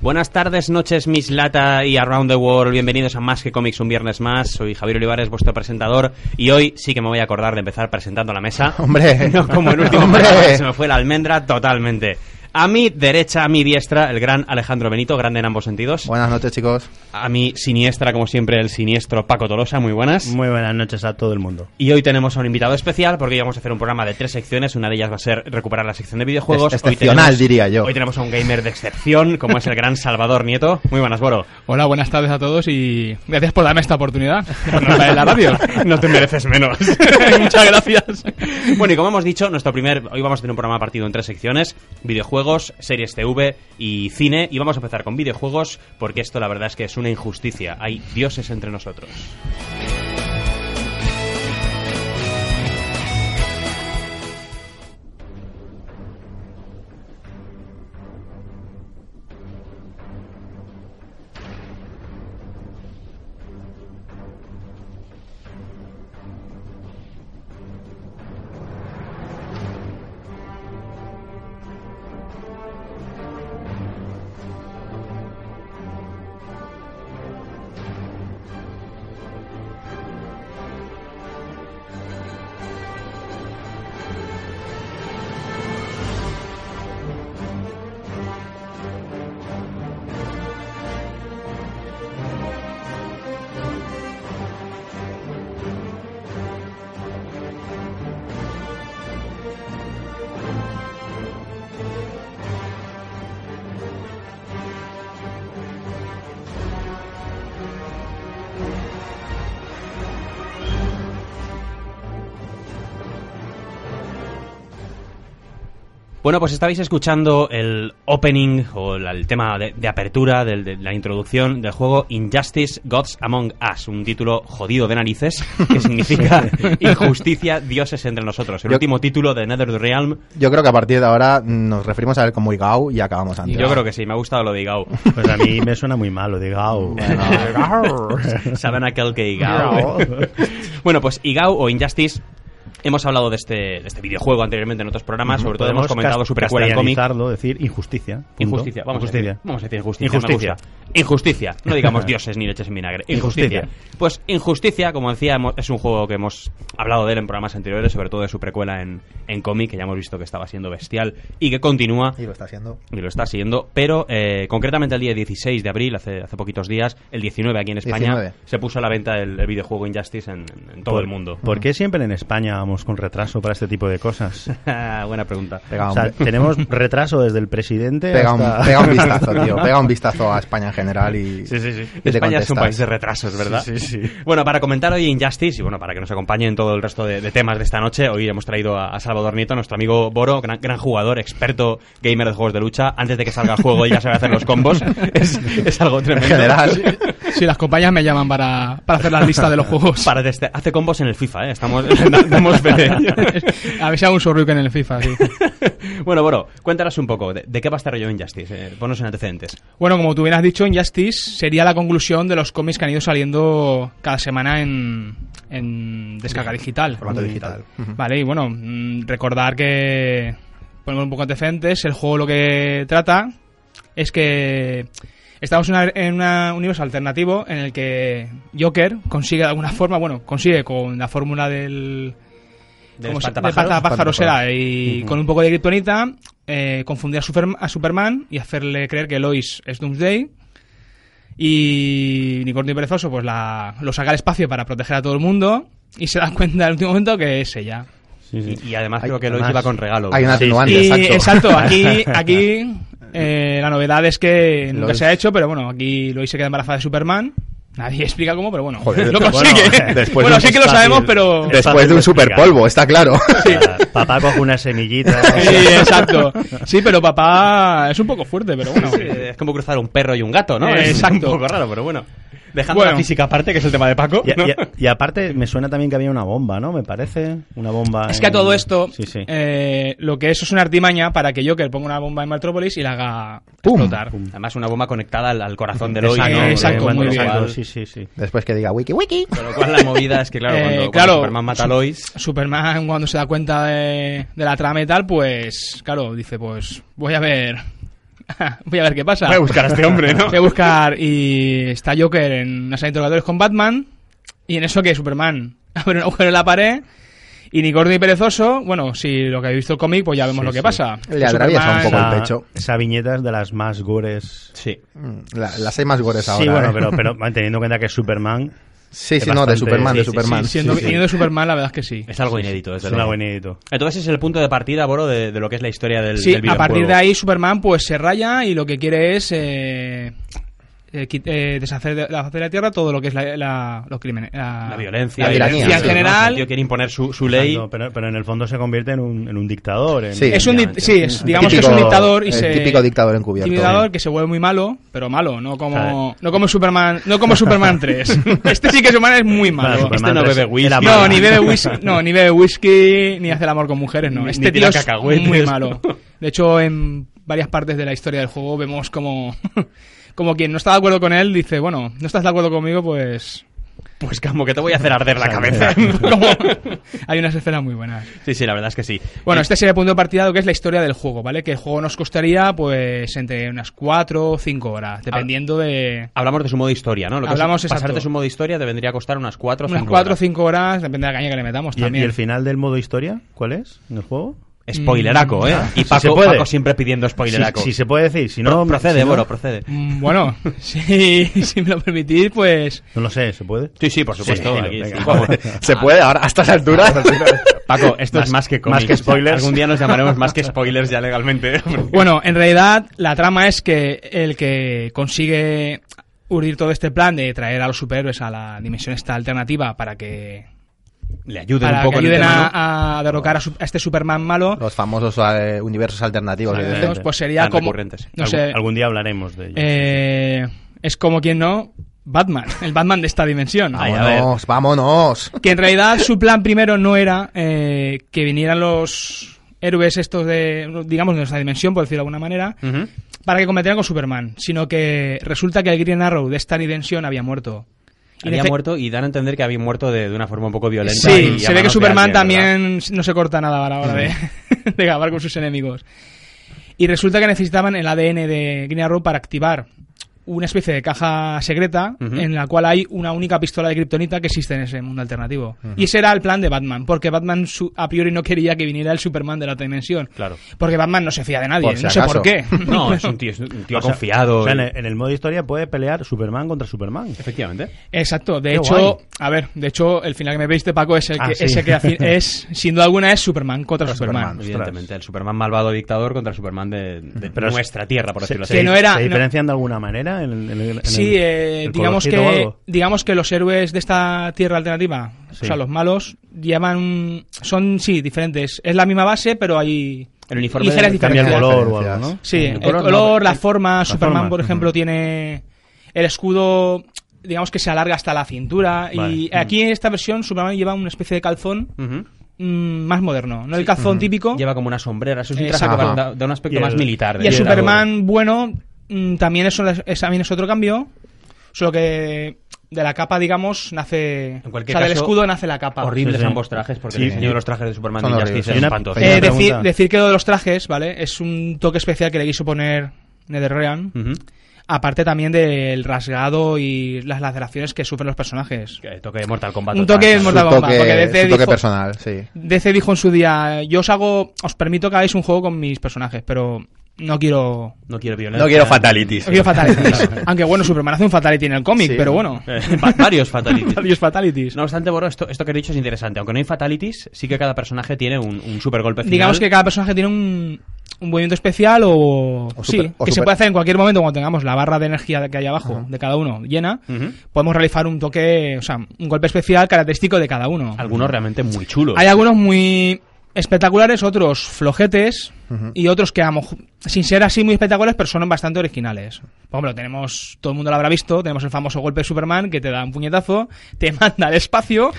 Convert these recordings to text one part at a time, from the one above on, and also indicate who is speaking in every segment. Speaker 1: Buenas tardes, noches, Miss Lata y Around the World. Bienvenidos a Más que Comics un viernes más. Soy Javier Olivares, vuestro presentador, y hoy sí que me voy a acordar de empezar presentando la mesa.
Speaker 2: Hombre.
Speaker 1: no como el último
Speaker 2: Hombre.
Speaker 1: programa, que se me fue la almendra totalmente. A mi derecha, a mi diestra, el gran Alejandro Benito, grande en ambos sentidos.
Speaker 2: Buenas noches, chicos.
Speaker 1: A mi siniestra, como siempre, el siniestro Paco Tolosa. Muy buenas.
Speaker 3: Muy buenas noches a todo el mundo.
Speaker 1: Y hoy tenemos a un invitado especial porque hoy vamos a hacer un programa de tres secciones. Una de ellas va a ser recuperar la sección de videojuegos.
Speaker 2: Es-
Speaker 1: Hoy
Speaker 2: excepcional,
Speaker 1: tenemos-
Speaker 2: diría yo.
Speaker 1: Hoy tenemos a un gamer de excepción, como es el gran Salvador Nieto. Muy buenas, Boro.
Speaker 4: Hola, buenas tardes a todos y gracias por darme esta oportunidad de participar en la radio.
Speaker 1: No te mereces menos.
Speaker 4: Muchas gracias.
Speaker 1: bueno, y como hemos dicho, nuestro primer. Hoy vamos a tener un programa partido en tres secciones: videojuegos, series TV y cine. Y vamos a empezar con videojuegos porque esto, la verdad, es que es una injusticia. Hay dioses entre nosotros. Bueno, pues estabais escuchando el opening o la- el tema de, de apertura, del- de, la introducción del juego Injustice Gods Among Us, un título jodido de narices que significa Injusticia, Dioses entre nosotros. El
Speaker 2: Yo-
Speaker 1: último título de NetherRealm.
Speaker 2: Yo creo que a partir de ahora nos referimos a él como Igao y acabamos antes.
Speaker 1: Yo creo que sí, me ha gustado lo de Igao.
Speaker 3: Pues a mí me suena muy malo, diga. au.
Speaker 2: Ah,
Speaker 1: Saben aquel que Igao.
Speaker 3: oh.
Speaker 1: bueno, pues Igao o Injustice. Hemos hablado de este, de este videojuego anteriormente en otros programas, sobre todo hemos
Speaker 3: Podemos
Speaker 1: comentado
Speaker 3: cas-
Speaker 1: Supercuela Comic.
Speaker 3: castellanizarlo, decir injusticia. punto.
Speaker 1: Injusticia, vamos, A
Speaker 3: injusticia.
Speaker 1: decir, vamos a decir injusticia.
Speaker 3: Injusticia.
Speaker 1: me gusta. Injusticia. No digamos dioses ni leches en vinagre. Injusticia.
Speaker 3: Injusticia.
Speaker 1: Pues Injusticia, como decía, hemos- es un juego que hemos hablado de él en programas anteriores, sobre todo de su precuela en, en cómic, que ya hemos visto que estaba siendo bestial y que continúa
Speaker 2: Y lo está haciendo.
Speaker 1: y lo está siendo, pero eh, concretamente el día 16 de abril, hace, hace poquitos días, el 19 aquí en España,
Speaker 2: 19.
Speaker 1: se puso a la venta el, el videojuego Injustice en, en- en todo
Speaker 3: Por-
Speaker 1: el mundo.
Speaker 3: ¿Por qué siempre en España vamos con retraso para este tipo de cosas?
Speaker 1: Buena pregunta.
Speaker 2: Pega
Speaker 3: O
Speaker 2: un,
Speaker 3: sea, tenemos retraso desde el presidente.
Speaker 2: pega un-
Speaker 3: hasta-
Speaker 2: pega un vistazo, tío. Pega un vistazo a España en general y. y le
Speaker 1: España es un
Speaker 2: contestas.
Speaker 1: país de retrasos, ¿verdad?
Speaker 3: Sí, sí, sí.
Speaker 1: Bueno, para comentar hoy Injustice y bueno, para que nos acompañe en todo el resto de, de temas de esta noche, hoy hemos traído a, a Salvador Nieto, nuestro amigo Boro, gran, gran jugador, experto gamer de juegos de lucha. Antes de que salga el juego, él ya sabe hacer los combos. Es, es algo
Speaker 2: En
Speaker 1: tremendo.
Speaker 2: general.
Speaker 4: Sí, las compañías me llaman para, para hacer la lista de los juegos.
Speaker 1: Para teste- hace combos en el FIFA, ¿eh? Estamos, damos fe de ello.
Speaker 4: A ver si hago un Sorryuken en el FIFA, sí.
Speaker 1: Bueno, Boro, cuéntanos un poco de, de qué va a estar yo Injustice. Eh, ponnos en antecedentes.
Speaker 4: Bueno, como tú bien has dicho, Injustice sería la conclusión de los cómics que han ido saliendo cada semana en, en descarga digital.
Speaker 2: Formato digital. Ujú.
Speaker 4: Vale, y bueno, mm, recordar que, ponemos un poco antecedentes, el juego lo que trata es que Estamos en, una- en un universo alternativo en el que Joker consigue de alguna forma, bueno, consigue con la fórmula del...
Speaker 1: Del
Speaker 4: ¿cómo se-
Speaker 1: espantapájaros.
Speaker 4: espantapájaros
Speaker 2: Espantapájaros.
Speaker 4: era, y
Speaker 1: Ujú.
Speaker 4: con un poco de kriptonita, eh, confundir a, Superm- a Superman y hacerle creer que Lois es Doomsday. Y ni corto ni perezoso, pues la, lo saca al espacio para proteger a todo el mundo. Y se da cuenta al último momento que es ella.
Speaker 3: Sí, sí.
Speaker 1: Y, y además
Speaker 3: Hay-
Speaker 1: creo que lo
Speaker 3: además,
Speaker 1: lleva con regalo.
Speaker 2: Hay un
Speaker 1: ¿verdad?
Speaker 3: Sí,
Speaker 2: atenuante,
Speaker 4: Y,
Speaker 2: exacto.
Speaker 4: exacto, aquí, aquí eh, la novedad es que nunca
Speaker 2: Lois.
Speaker 4: se ha hecho, pero bueno, aquí Lois se queda embarazada de Superman. Nadie explica cómo, pero bueno,
Speaker 2: Joder,
Speaker 4: lo
Speaker 2: bueno,
Speaker 4: consigue. Bueno,
Speaker 2: después de un
Speaker 4: sí que lo
Speaker 3: fácil.
Speaker 4: sabemos, pero...
Speaker 3: De-
Speaker 2: Después de un superpolvo, está claro.
Speaker 3: Ah, Papá coge una semillita.
Speaker 4: Sí, exacto. Sí, pero papá es un poco fuerte, pero bueno.
Speaker 1: Sí, Es como cruzar un perro y un gato, ¿no?
Speaker 4: Eh,
Speaker 1: Es
Speaker 4: exacto.
Speaker 1: un poco raro, pero bueno. Dejando
Speaker 4: Bueno.
Speaker 1: la física aparte, que es el tema de Paco.
Speaker 3: Y,
Speaker 1: ¿no?
Speaker 3: y- y aparte me suena también que había una bomba, ¿no? Me parece. Una bomba.
Speaker 4: Es que a
Speaker 3: en-
Speaker 4: todo esto,
Speaker 3: Sí, sí.
Speaker 4: eh, lo que es es una artimaña para que Joker ponga una bomba en Metrópolis y la haga explotar.
Speaker 1: Además, una bomba conectada al, al corazón del
Speaker 3: Exacto,
Speaker 1: hoy. ¿no?
Speaker 4: eh, exacto,
Speaker 3: Con
Speaker 4: muy
Speaker 3: los
Speaker 4: bien.
Speaker 3: ojos, Sí, sí, sí.
Speaker 2: Después que diga wiki wiki.
Speaker 1: Con lo cual la movida es que, claro,
Speaker 4: Eh,
Speaker 1: cuando, cuando
Speaker 4: claro,
Speaker 1: Superman mata a Lois...
Speaker 4: Superman cuando se da cuenta de, de la trama y tal, pues claro, dice pues voy a ver, voy a ver qué pasa.
Speaker 1: buscar a este hombre,
Speaker 4: Voy a buscar y está Joker en una sala de interrogatorios con Batman y en eso que Superman abre un agujero en la pared y ni gordo ni perezoso, bueno, si lo que habéis visto el cómic, pues ya vemos
Speaker 3: Sí,
Speaker 4: lo que
Speaker 3: sí.
Speaker 4: pasa.
Speaker 2: Le atraviesa
Speaker 4: Superman-
Speaker 2: un poco el pecho.
Speaker 3: Esa viñeta es de las más gores.
Speaker 1: Sí.
Speaker 2: Mm, la- las hay más gores ahora.
Speaker 3: sí, bueno,
Speaker 2: ¿eh?
Speaker 3: pero, pero teniendo en cuenta que Superman
Speaker 2: Sí,
Speaker 3: es
Speaker 2: sí, no, de
Speaker 3: bastante-
Speaker 2: Superman, de
Speaker 3: sí, sí,
Speaker 2: Superman.
Speaker 3: sí,
Speaker 4: Siendo viniendo de Superman, la verdad es que sí.
Speaker 1: Es algo inédito, desde
Speaker 3: es una
Speaker 1: luego.
Speaker 3: buena edito.
Speaker 1: Entonces es el punto de partida, Boro, de, de lo que es la historia del,
Speaker 4: Sí,
Speaker 1: del
Speaker 4: a
Speaker 1: videojuego.
Speaker 4: partir de ahí Superman pues se raya y lo que quiere es eh, eh, qui- eh, deshacer de la faz de la Tierra todo lo que es la, la- los crímenes. La,
Speaker 1: La violencia.
Speaker 2: La tiranía,
Speaker 1: violencia
Speaker 2: sí,
Speaker 1: en
Speaker 4: ¿no?
Speaker 1: general...
Speaker 4: El tío
Speaker 1: quiere imponer su, ley.
Speaker 3: Exacto, pero, pero en el fondo se convierte en un, en un dictador. en-
Speaker 2: Sí.
Speaker 4: Es un, di- sí, es-
Speaker 2: El
Speaker 4: digamos que es un
Speaker 2: típico-
Speaker 4: dictador y
Speaker 2: el
Speaker 4: se...
Speaker 2: típico dictador ¿eh? encubierto.
Speaker 4: dictador que se vuelve muy malo, pero malo, no como,
Speaker 3: Claro.
Speaker 4: no como Superman, no como Superman 3. Este sí que Superman es muy
Speaker 3: Claro,
Speaker 4: malo.
Speaker 3: Superman
Speaker 1: Este no
Speaker 3: tres
Speaker 1: bebe whisky.
Speaker 3: era
Speaker 4: No,
Speaker 3: malo.
Speaker 4: ni bebe whisky, no, ni bebe whisky, ni hace el amor con mujeres, no.
Speaker 1: Ni-
Speaker 4: Este
Speaker 1: ni
Speaker 4: tío
Speaker 1: tira
Speaker 4: es
Speaker 1: cacahuetes.
Speaker 4: muy malo. De hecho, en varias partes de la historia del juego vemos como, como quien no está de acuerdo con él dice, bueno, no estás de acuerdo conmigo, pues...
Speaker 1: Pues como que te voy a hacer arder la cabeza.
Speaker 4: Como- Hay unas escenas muy buenas.
Speaker 1: sí, sí, la verdad es que sí.
Speaker 4: Bueno,
Speaker 1: Eh,
Speaker 4: este sería el punto de partida de lo que es la historia del juego, ¿vale? Que el juego nos costaría, pues, entre unas 4 o 5 horas, dependiendo de...
Speaker 1: Hablamos de su modo historia, ¿no? Lo que
Speaker 4: Hablamos,
Speaker 1: es,
Speaker 4: exacto.
Speaker 1: pasarte su modo historia te vendría a costar unas 4 o 5
Speaker 4: Unas 4 o 5 horas, depende de la caña que le metamos
Speaker 3: ¿Y, el-
Speaker 4: también.
Speaker 3: y el final del modo historia? ¿Cuál es? ¿En el juego?
Speaker 4: Mm,
Speaker 1: Spoileraco, ¿eh? Y
Speaker 3: Si
Speaker 1: Paco,
Speaker 3: se puede.
Speaker 1: Paco siempre pidiendo spoileraco.
Speaker 3: Si, si se puede decir, si
Speaker 1: Pro-
Speaker 3: no...
Speaker 1: procede,
Speaker 3: si no-
Speaker 1: Boro, procede.
Speaker 4: Mm, Bueno, si, si me lo permitís, pues...
Speaker 3: No lo sé, ¿se puede?
Speaker 1: Sí, sí, por supuesto.
Speaker 3: Sí,
Speaker 1: aquí,
Speaker 3: venga.
Speaker 1: sí, vamos. eh,
Speaker 2: Se puede Ah, ahora, a estas alturas.
Speaker 1: Paco, esto es más que cómics.
Speaker 3: más que spoilers.
Speaker 1: Algún día nos llamaremos más que spoilers ya legalmente.
Speaker 4: Bueno, en realidad la trama es que el que consigue urdir todo este plan de traer a los superhéroes a la dimensión esta alternativa para que,
Speaker 1: Le ayuden
Speaker 4: para
Speaker 1: un
Speaker 4: que
Speaker 1: poco en el
Speaker 4: ayuden
Speaker 1: tema,
Speaker 4: a,
Speaker 1: ¿no?
Speaker 4: a derrocar a, su- a este Superman malo,
Speaker 2: Los famosos eh, universos alternativos.
Speaker 4: Exacto.
Speaker 2: de DC.
Speaker 4: pues sería
Speaker 1: Tan
Speaker 4: como-
Speaker 1: recurrentes.
Speaker 4: no
Speaker 3: Algún-
Speaker 4: sé.
Speaker 3: Algún día hablaremos de ello.
Speaker 4: eh, es como quien no, Batman, el Batman de esta dimensión.
Speaker 1: Ay, a ver.
Speaker 2: vámonos, vámonos.
Speaker 4: Que en realidad su plan primero no era eh, que vinieran los héroes estos de, digamos, de nuestra dimensión, por decirlo de alguna manera,
Speaker 1: Ujú.
Speaker 4: para que cometieran con Superman, sino que resulta que el Green Arrow de esta dimensión había muerto. Y
Speaker 1: Había
Speaker 4: neces-
Speaker 1: muerto y dan a entender que había muerto de, de una forma un poco violenta. y
Speaker 4: Sí,
Speaker 1: a
Speaker 4: se ve que
Speaker 1: manos de
Speaker 4: Superman
Speaker 1: alguien, ¿verdad?
Speaker 4: también no se corta nada a la hora de, de acabar con sus enemigos. Y resulta que necesitaban el ADN de Green Arrow para activar una especie de caja secreta
Speaker 1: Ujú.
Speaker 4: en la cual hay una única pistola de kriptonita que existe en ese mundo alternativo. Y ese era el plan de Batman, porque Batman su- a priori no quería que viniera el Superman de la otra dimensión.
Speaker 1: Claro.
Speaker 4: Porque Batman no se fía de nadie,
Speaker 2: Por si
Speaker 4: no sé
Speaker 2: acaso.
Speaker 4: por qué.
Speaker 1: No, es un tío, es un tío
Speaker 3: O sea,
Speaker 1: confiado.
Speaker 3: o sea, en,
Speaker 1: y-
Speaker 3: el, en el modo historia puede pelear Superman contra Superman.
Speaker 1: Efectivamente.
Speaker 4: Exacto, de
Speaker 3: Qué
Speaker 4: hecho,
Speaker 3: guay.
Speaker 4: a ver, de hecho, el final que me veis de Paco es el que,
Speaker 3: Ah, sí.
Speaker 4: es el que al fin- es, sin duda alguna, es Superman contra Superman.
Speaker 2: Superman.
Speaker 1: Evidentemente, el Superman malvado dictador contra el Superman de, de
Speaker 3: Pero es-
Speaker 1: nuestra tierra, por decirlo
Speaker 4: se-
Speaker 1: así.
Speaker 4: que no era-
Speaker 3: ¿Se
Speaker 4: no-
Speaker 3: diferencian de alguna manera? En el, en el- en
Speaker 4: Sí,
Speaker 3: el-
Speaker 4: eh,
Speaker 3: el
Speaker 4: digamos,
Speaker 3: colorcito o
Speaker 4: que,
Speaker 3: algo?
Speaker 4: digamos que los héroes de esta tierra alternativa, o
Speaker 3: Sí.
Speaker 4: sea, los malos, llevan. un- Son, sí, diferentes. Es la misma base, pero hay.
Speaker 1: El uniforme
Speaker 4: ligeras
Speaker 1: del-
Speaker 3: Cambia el
Speaker 4: diferencias.
Speaker 3: color o algo, ¿no?
Speaker 4: Sí, el color,
Speaker 1: color no,
Speaker 4: la
Speaker 1: el-
Speaker 4: forma. Superman,
Speaker 3: forma,
Speaker 4: por ejemplo,
Speaker 3: ujú.
Speaker 4: tiene. El escudo, digamos que se alarga hasta la cintura. Y
Speaker 3: Vale,
Speaker 4: aquí en esta versión, Superman lleva una especie de calzón
Speaker 1: Ujú.
Speaker 4: mm, más moderno. No el calzón típico.
Speaker 1: Lleva como una sombrera, eso es un
Speaker 4: Exacto.
Speaker 1: traje que
Speaker 2: Ajá.
Speaker 1: da- da un aspecto
Speaker 3: Y el-
Speaker 1: más militar. de-
Speaker 4: Y el
Speaker 1: de-
Speaker 4: Superman bueno mm, también es, una- es- también es otro cambio, solo que de la capa, digamos, nace...
Speaker 1: En cualquier
Speaker 4: o sea, del
Speaker 1: caso,
Speaker 4: escudo nace la capa.
Speaker 1: Horribles
Speaker 3: Sí, sí.
Speaker 1: ambos trajes, porque
Speaker 3: Sí,
Speaker 1: el diseño
Speaker 3: sí.
Speaker 1: de los trajes de Superman
Speaker 2: Son
Speaker 1: de
Speaker 2: horribles.
Speaker 1: Justice
Speaker 3: Y
Speaker 1: es
Speaker 3: una-
Speaker 1: espantoso.
Speaker 4: Eh,
Speaker 3: Una
Speaker 4: decir,
Speaker 3: pregunta.
Speaker 1: Mm.
Speaker 4: decir que lo Eh, de los trajes, ¿vale? Es un toque especial que le quiso poner NetherRealm
Speaker 1: Ujú.
Speaker 4: Aparte también del rasgado y las laceraciones que sufren los personajes.
Speaker 1: Que toque de Mortal Kombat.
Speaker 4: Un
Speaker 1: otra
Speaker 4: toque
Speaker 1: vez.
Speaker 4: de
Speaker 2: Su
Speaker 4: Mortal Kombat,
Speaker 2: toque-
Speaker 4: porque DC
Speaker 2: su toque
Speaker 4: dijo-
Speaker 2: personal, sí.
Speaker 4: DC dijo en su día, yo os hago, os permito que hagáis un juego con mis personajes, pero no quiero,
Speaker 1: No quiero violencia.
Speaker 5: No quiero fatalities.
Speaker 4: no quiero fatalities. Aunque bueno, Superman hace un fatality en el cómic,
Speaker 2: Sí.
Speaker 4: pero bueno,
Speaker 1: Eh, va- varios fatalities.
Speaker 4: varios fatalities.
Speaker 1: No obstante, Boro, esto, esto que he dicho es interesante. Aunque no hay fatalities, sí que cada personaje tiene un, un super golpe final.
Speaker 4: Digamos que cada personaje tiene un, un movimiento especial o,
Speaker 2: O
Speaker 4: sí,
Speaker 2: super- o
Speaker 4: que se
Speaker 2: super-
Speaker 4: puede hacer en cualquier momento cuando tengamos la barra de energía que hay abajo de cada uno llena,
Speaker 1: Ujú.
Speaker 4: podemos realizar un toque, o sea, un golpe especial característico de cada uno.
Speaker 1: Algunos realmente muy chulos.
Speaker 4: Hay algunos muy espectaculares, otros flojetes
Speaker 2: Ujú.
Speaker 4: y otros que, a lo mejor, sin ser así muy espectaculares, pero son bastante originales. Por ejemplo, tenemos, todo el mundo lo habrá visto, tenemos el famoso golpe de Superman que te da un puñetazo, te manda al espacio,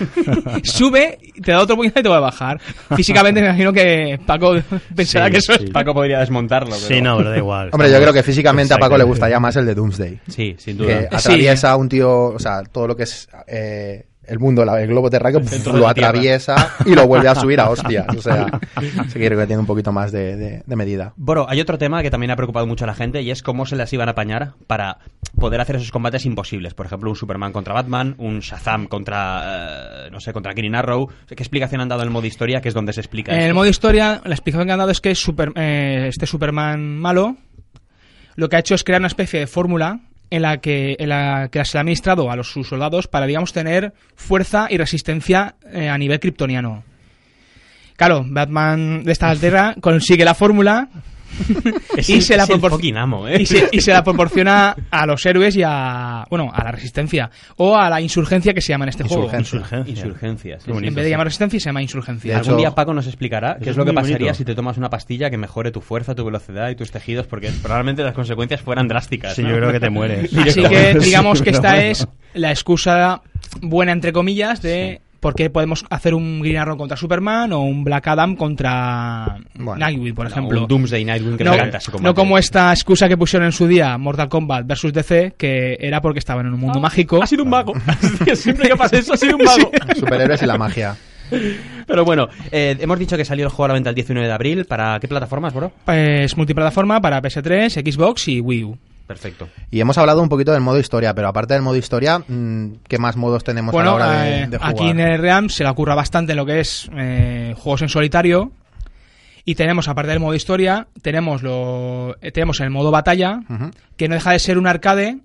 Speaker 4: sube, te da otro puñetazo y te va a bajar. Físicamente me imagino que Paco pensará
Speaker 3: Sí,
Speaker 4: que eso es...
Speaker 3: sí.
Speaker 1: Paco podría desmontarlo. pero-
Speaker 3: Sí, no, pero da igual.
Speaker 2: Hombre, yo creo que físicamente a Paco le
Speaker 3: Exacto.
Speaker 2: gustaría más el de Doomsday.
Speaker 1: Sí, sin duda.
Speaker 2: Que atraviesa un tío, o sea, todo lo que es eh, el mundo, la- el globo terráqueo, pf,
Speaker 1: centro de
Speaker 2: lo
Speaker 1: la Tierra.
Speaker 2: atraviesa y lo vuelve a subir a hostias. O sea, sí que creo que tiene un poquito más de, de- de medida.
Speaker 1: Boro, hay otro tema que también ha preocupado mucho a la gente y es cómo se las iban a apañar para poder hacer esos combates imposibles. Por ejemplo, un Superman contra Batman, un Shazam contra, eh, no sé, contra Green Arrow. ¿Qué explicación han dado en el modo historia? Que es donde se explica
Speaker 4: En el
Speaker 1: esto?
Speaker 4: modo historia, la explicación que han dado es que Super- eh, este Superman malo lo que ha hecho es crear una especie de fórmula en la que, en la que se le ha administrado a los, sus soldados para, digamos, tener fuerza y resistencia eh, a nivel kryptoniano. Claro, Batman de esta tierra consigue la fórmula
Speaker 1: Es
Speaker 4: y
Speaker 1: el-
Speaker 4: se la
Speaker 1: es el
Speaker 4: propor-
Speaker 1: fucking amo, ¿eh?
Speaker 4: y se- y se la proporciona a los héroes y a, bueno, a la resistencia o a la insurgencia que se llama en este juego.
Speaker 2: Insurgencia.
Speaker 3: Insurgencia.
Speaker 1: Insurgencias.
Speaker 3: Qué
Speaker 1: sí, sí.
Speaker 4: En
Speaker 3: bonito.
Speaker 4: vez de llamar resistencia se llama insurgencia.
Speaker 2: De
Speaker 1: Algún
Speaker 2: hecho-
Speaker 1: día Paco nos explicará
Speaker 3: Eso
Speaker 1: qué es
Speaker 3: es
Speaker 1: lo que
Speaker 3: muy
Speaker 1: pasaría
Speaker 3: bonito.
Speaker 1: si te tomas una pastilla que mejore tu fuerza, tu velocidad y tus tejidos, porque probablemente las consecuencias fueran drásticas.
Speaker 3: Sí,
Speaker 1: ¿no?
Speaker 3: yo creo que te mueres.
Speaker 4: Así que
Speaker 3: Directamente.
Speaker 4: digamos que
Speaker 3: Pero
Speaker 4: esta
Speaker 3: bueno.
Speaker 4: es la excusa buena, entre comillas, de por qué podemos hacer un Green Arrow contra Superman o un Black Adam contra
Speaker 2: Bueno.
Speaker 4: Nightwing, por
Speaker 1: No,
Speaker 4: ejemplo.
Speaker 1: un Doomsday Nightwing que
Speaker 4: No,
Speaker 1: me encanta ese combate.
Speaker 4: no como esta excusa que pusieron en su día Mortal Kombat versus DC, que era porque estaban en un mundo mágico.
Speaker 1: Ah, Ha sido un mago. Siempre que pasa eso, ha sido un mago.
Speaker 2: Superhéroes y la magia.
Speaker 1: Pero bueno, eh, hemos dicho que salió el juego a la venta el 19 de abril. ¿Para qué plataformas, bro?
Speaker 4: Es multiplataforma para PS3, Xbox y Wii U.
Speaker 1: Perfecto.
Speaker 2: Y hemos hablado un poquito del modo historia, pero aparte del modo historia, mm, ¿qué más modos tenemos a la
Speaker 4: Bueno,
Speaker 2: hora de,
Speaker 4: eh,
Speaker 2: de jugar?
Speaker 4: aquí en el Realm se le ocurra bastante en lo que es eh, juegos en solitario. Y tenemos, aparte del modo historia, tenemos, lo, eh, tenemos el modo batalla,
Speaker 2: Ujú.
Speaker 4: que no deja de ser un arcade,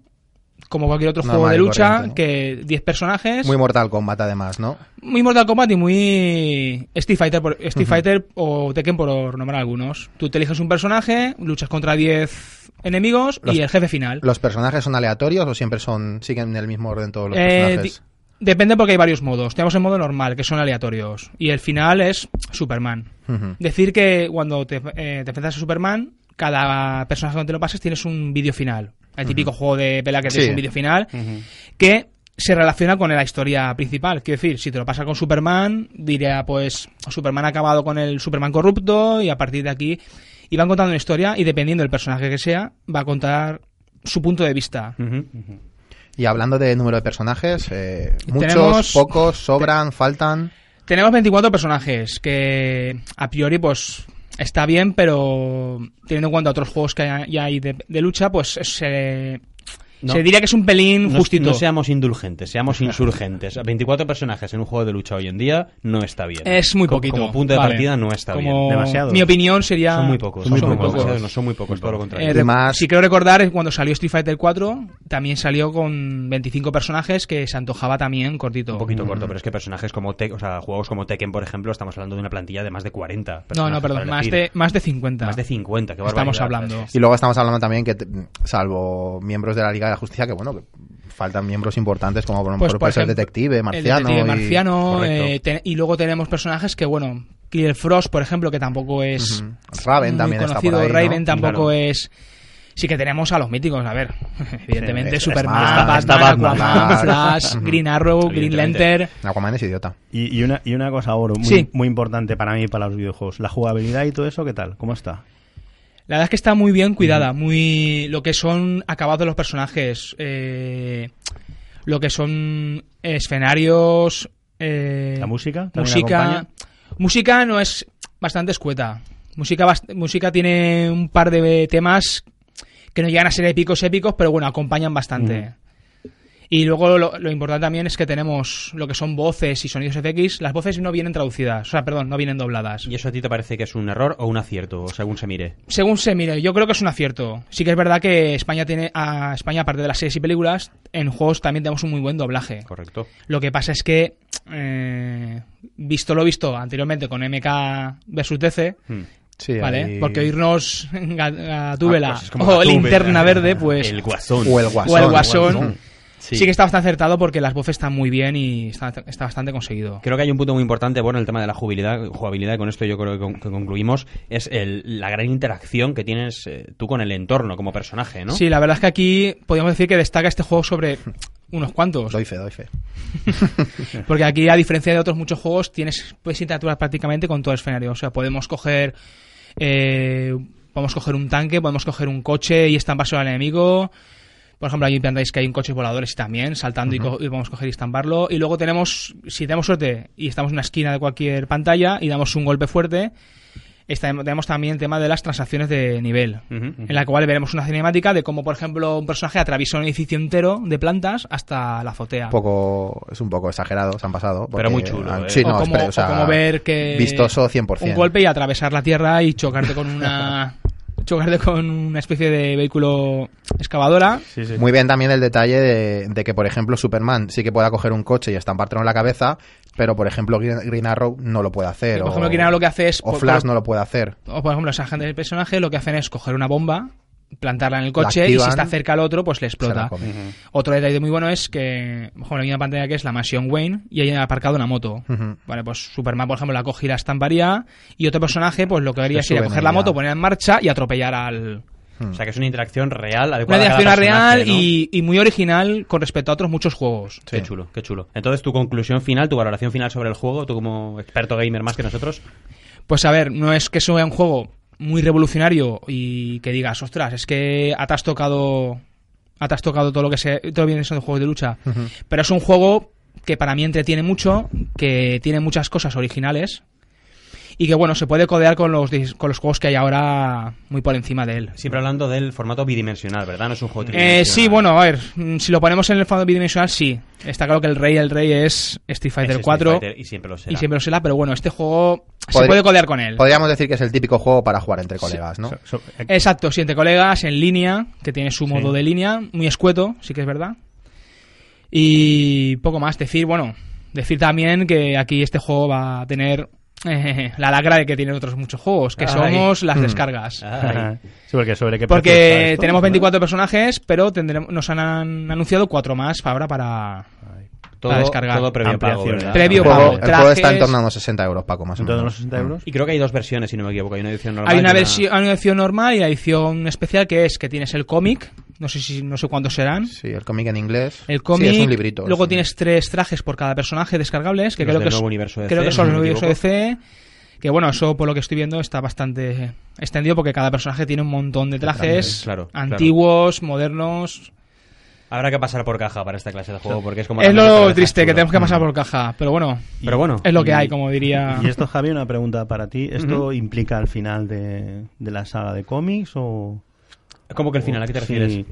Speaker 4: como cualquier otro
Speaker 2: Normal
Speaker 4: juego de
Speaker 2: y
Speaker 4: lucha,
Speaker 2: corriente, ¿no?
Speaker 4: que 10 personajes.
Speaker 2: Muy
Speaker 4: Muy,
Speaker 2: Mortal Kombat, además, ¿no?
Speaker 4: Mortal Kombat y muy Street Fighter, por- Street Fighter o Tekken, por nombrar algunos. Tú te eliges un personaje, luchas contra 10 enemigos
Speaker 2: Los-
Speaker 4: y el jefe final.
Speaker 2: ¿Los personajes son aleatorios o siempre son siguen el mismo orden todos los
Speaker 4: Eh,
Speaker 2: personajes?
Speaker 4: di- depende porque hay varios modos. Tenemos el modo normal, que son aleatorios. Y el final es Superman.
Speaker 2: Ujú.
Speaker 4: Decir que cuando te, eh, te enfrentas a Superman, cada personaje que te lo pases tienes un vídeo final. El típico juego de pelea que tienes
Speaker 2: Sí.
Speaker 4: un vídeo final que se relaciona con la historia principal. Quiero decir, si te lo pasas con Superman, diría pues Superman ha acabado con el Superman corrupto y a partir de aquí y van contando una historia y dependiendo del personaje que sea, va a contar su punto de vista.
Speaker 2: Y hablando de número de personajes, eh, muchos,
Speaker 4: Tenemos-
Speaker 2: pocos, sobran, faltan.
Speaker 4: Tenemos 24 personajes, que a priori pues está bien, pero teniendo en cuenta otros juegos que hay- ya hay de, de lucha, pues se,
Speaker 1: No.
Speaker 4: se diría que es un pelín
Speaker 1: No,
Speaker 4: justito.
Speaker 1: no seamos indulgentes, seamos insurgentes. 24 personajes en un juego de lucha hoy en día no está bien.
Speaker 4: es muy
Speaker 1: Co-
Speaker 4: poquito.
Speaker 1: Como punto de
Speaker 4: vale.
Speaker 1: partida no está
Speaker 4: Como-
Speaker 1: bien.
Speaker 3: Demasiado.
Speaker 4: Mi opinión sería...
Speaker 1: Son muy pocos.
Speaker 3: Son muy pocos.
Speaker 1: demasiados No son muy pocos, todo lo contrario.
Speaker 4: Eh,
Speaker 2: Y
Speaker 4: rec-
Speaker 2: más-
Speaker 4: Si creo recordar, es cuando salió Street Fighter 4, también salió con 25 personajes que se antojaba también cortito.
Speaker 1: un poquito corto, pero es que personajes como Tek- o sea, juegos como Tekken, por ejemplo, estamos hablando de una plantilla de más de 40.
Speaker 4: No,
Speaker 1: personajes
Speaker 4: no, perdón,
Speaker 1: para
Speaker 4: más
Speaker 1: elegir.
Speaker 4: de, más de 50.
Speaker 1: Más de 50, qué
Speaker 4: Estamos
Speaker 1: barbaridad.
Speaker 4: hablando.
Speaker 2: Y luego estamos hablando también que, te- salvo miembros de la Liga de la Justicia, que bueno, que faltan miembros importantes como por
Speaker 4: Pues,
Speaker 2: ejemplo
Speaker 4: por
Speaker 2: puede ser el
Speaker 4: ejemplo,
Speaker 2: detective,
Speaker 4: El
Speaker 2: marciano.
Speaker 4: detective
Speaker 2: y-
Speaker 4: Marciano,
Speaker 1: correcto.
Speaker 4: eh, te- y luego tenemos personajes que, bueno, Killer Frost, por ejemplo, que tampoco eh, es
Speaker 2: Ujú. Raven
Speaker 4: muy
Speaker 2: también está por
Speaker 4: conocido,
Speaker 2: ahí, ¿no?
Speaker 4: Raven tampoco
Speaker 1: Claro.
Speaker 4: es... Sí que tenemos a los míticos, a ver, evidentemente
Speaker 2: es- es
Speaker 4: Superman,
Speaker 2: Batman,
Speaker 4: Batman,
Speaker 2: está Batman,
Speaker 4: Aquaman,
Speaker 2: claro.
Speaker 4: Flash, Green Arrow, Green
Speaker 1: Evidentemente.
Speaker 4: Lantern...
Speaker 2: Aquaman es idiota.
Speaker 3: Y, y una, y una cosa, Oro, muy,
Speaker 4: Sí.
Speaker 3: muy importante para mí y para los videojuegos. La jugabilidad y todo eso, ¿qué tal? ¿Cómo está?
Speaker 4: La verdad es que está muy bien cuidada, muy lo que son acabados los personajes, eh, lo que son escenarios, eh,
Speaker 3: ¿La música? ¿También
Speaker 4: música,
Speaker 3: acompaña?
Speaker 4: música no es bastante escueta. Música, bast- música tiene un par de temas que no llegan a ser épicos épicos, pero bueno, acompañan bastante.
Speaker 3: Mm.
Speaker 4: Y luego lo, lo importante también es que tenemos lo que son voces y sonidos FX. Las voces no vienen traducidas, o sea, perdón, no vienen dobladas.
Speaker 1: ¿Y eso a ti te parece que es un error o un acierto, según se mire?
Speaker 4: Según se mire, yo creo que es un acierto. Sí que es verdad que España tiene a España aparte de las series y películas, en juegos también tenemos un muy buen doblaje.
Speaker 1: Correcto.
Speaker 4: Lo que pasa es que eh, visto lo visto anteriormente con MK versus DC,
Speaker 1: Hmm.
Speaker 2: Sí,
Speaker 4: ¿vale?
Speaker 2: ahí-
Speaker 4: Porque oírnos Gatúbela
Speaker 1: Ah, pues es como
Speaker 4: o
Speaker 1: Gatúbela.
Speaker 4: Linterna Verde, pues
Speaker 1: El guasón.
Speaker 2: O el guasón.
Speaker 4: o el Guasón,
Speaker 1: Sí.
Speaker 4: sí. que está bastante acertado porque las voces están muy bien y está, está bastante conseguido.
Speaker 1: Creo que hay un punto muy importante, bueno, el tema de la jugabilidad, jugabilidad con esto yo creo que, con- que concluimos, es el- la gran interacción que tienes eh, tú con el entorno como personaje, ¿no?
Speaker 4: Sí, la verdad es que aquí podríamos decir que destaca este juego sobre unos cuantos.
Speaker 2: pues Doy fe, doy fe.
Speaker 4: Porque aquí, a diferencia de otros muchos juegos, tienes, puedes interactuar prácticamente con todo el escenario. O sea, podemos coger. eh, podemos coger un tanque, podemos coger un coche y estamparse al enemigo. Por ejemplo, ahí plantáis que hay un coche voladores y también, saltando y co- y, podemos coger y estamparlo. Y luego tenemos, si tenemos suerte y estamos en una esquina de cualquier pantalla y damos un golpe fuerte, está- tenemos también el tema de las transacciones de nivel.
Speaker 1: Ujú, ujú.
Speaker 4: En la cual veremos una cinemática de cómo, por ejemplo, un personaje atraviesa un edificio entero de plantas hasta la azotea.
Speaker 2: Un poco, es un poco exagerado, se han pasado. porque-
Speaker 1: muy chulo,
Speaker 2: han-
Speaker 1: ¿eh?
Speaker 2: Sí,
Speaker 4: O
Speaker 2: no,
Speaker 4: como-
Speaker 2: espera, o
Speaker 4: o
Speaker 2: sea,
Speaker 4: como ver que-
Speaker 2: Vistoso 100%.
Speaker 4: un golpe y atravesar la tierra y chocarte con una chocarte con una especie de vehículo excavadora
Speaker 3: Sí, sí.
Speaker 2: Muy bien también el detalle de, de que, por ejemplo, Superman sí que pueda coger un coche y estampártelo en la cabeza, pero, por ejemplo, Green, Green Arrow no lo puede hacer.
Speaker 4: Y, por
Speaker 2: o-
Speaker 4: ejemplo, Green Arrow lo que hace es-
Speaker 2: O
Speaker 4: por-
Speaker 2: Flash
Speaker 4: por-
Speaker 2: no lo puede hacer.
Speaker 4: o por ejemplo esa gente del personaje lo que hacen es coger una bomba plantarla en el
Speaker 2: La
Speaker 4: coche y si
Speaker 2: activan,
Speaker 4: está cerca al otro pues le
Speaker 2: Se la
Speaker 4: explota
Speaker 2: come.
Speaker 4: otro detalle muy bueno es que por ejemplo, hay una pantalla que es la mansión Wayne y hay aparcado una moto
Speaker 2: Ujú.
Speaker 4: vale pues Superman por ejemplo la coge y la estamparía y otro personaje pues lo que haría
Speaker 2: Se
Speaker 4: sería
Speaker 2: sube en
Speaker 4: coger la
Speaker 2: ella.
Speaker 4: moto ponerla en marcha y atropellar al
Speaker 1: O sea, que es una interacción real,
Speaker 4: una
Speaker 1: adecuada a cada
Speaker 4: reacción
Speaker 1: personaje,
Speaker 4: real
Speaker 1: ¿no?
Speaker 4: y, y muy original con respecto a otros muchos juegos
Speaker 1: Qué chulo, qué chulo. Entonces, tu conclusión final, tu valoración final sobre el juego, tú como experto gamer más que nosotros,
Speaker 4: Pues a ver, no es que sea un juego muy revolucionario y que digas, ostras, es que te has tocado, te has tocado todo lo que se, todo viene son juegos de lucha. Pero es un juego que para mí entretiene mucho, que tiene muchas cosas originales y que bueno, se puede codear con los, dis- con los juegos que hay ahora muy por encima de él.
Speaker 1: siempre hablando del formato bidimensional, ¿verdad? No es un juego tridimensional.
Speaker 4: Eh, sí, bueno, a ver, mm, si lo ponemos en el fondo bidimensional, sí. Está claro que el rey, el rey es Street
Speaker 1: Es
Speaker 4: Fighter
Speaker 1: Street
Speaker 4: 4
Speaker 1: Fighter y siempre lo será.
Speaker 4: y siempre lo será, pero bueno, este juego se
Speaker 2: Podría-
Speaker 4: puede codear con él.
Speaker 2: Podríamos decir que es el típico juego para jugar entre colegas, ¿no?
Speaker 3: So- so- eh,
Speaker 4: Exacto, siete colegas en línea, que tiene su modo de línea, muy escueto, sí que es verdad. Y poco más, decir, bueno, decir también que aquí este juego va a tener eh, la lacra de que tienen otros muchos juegos, que
Speaker 1: Ay.
Speaker 4: somos las descargas.
Speaker 2: Eh,
Speaker 1: Ay.
Speaker 3: sí, porque sobre qué precio está
Speaker 4: Porque
Speaker 3: esto,
Speaker 4: tenemos
Speaker 3: ¿no?
Speaker 4: 24 personajes, pero tendremos, nos han anunciado cuatro más para ahora para...
Speaker 1: todo,
Speaker 4: Para descargar.
Speaker 1: todo previo pago,
Speaker 3: Ampliación.
Speaker 1: ¿verdad?
Speaker 4: Previo
Speaker 2: el juego,
Speaker 4: pago,
Speaker 2: el juego está en
Speaker 4: trajes.
Speaker 2: torno a unos 60 euros, Paco, más o
Speaker 3: En torno a los
Speaker 2: menos.
Speaker 3: 60 euros.
Speaker 1: Y creo que hay dos versiones, si no me equivoco. Hay una edición normal.
Speaker 4: Hay
Speaker 1: y
Speaker 4: una, versión, hay una edición normal y la edición especial que es que tienes el cómic, no sé si no sé cuántos serán.
Speaker 2: Sí, el cómic en inglés.
Speaker 4: El cómic.
Speaker 2: Sí, es un librito. es
Speaker 4: Luego
Speaker 2: un-
Speaker 4: tienes tres trajes por cada personaje descargables, que
Speaker 1: Los
Speaker 4: creo
Speaker 1: del
Speaker 4: que, es-
Speaker 1: nuevo universo DC,
Speaker 4: creo que
Speaker 1: si
Speaker 4: son
Speaker 1: no
Speaker 4: los
Speaker 1: me
Speaker 4: universo
Speaker 1: equivoco.
Speaker 4: DC. Que bueno, eso por lo que estoy viendo está bastante extendido porque cada personaje tiene un montón de trajes
Speaker 1: claro, claro.
Speaker 4: antiguos, modernos.
Speaker 1: Habrá que pasar por caja para esta clase de Mm. juego, porque es como...
Speaker 4: Es
Speaker 1: también otra
Speaker 4: lo
Speaker 1: vez
Speaker 4: triste que
Speaker 1: absurdo.
Speaker 4: tenemos que pasar por caja, pero bueno,
Speaker 1: Ah. Pero bueno.
Speaker 4: es lo que
Speaker 1: y-
Speaker 4: hay, como diría.
Speaker 3: Y esto, Javi, una pregunta para ti. ¿Esto implica el final de, de la saga de cómics o...?
Speaker 1: ¿Cómo que el final? ¿A qué te
Speaker 3: Sí.
Speaker 1: refieres?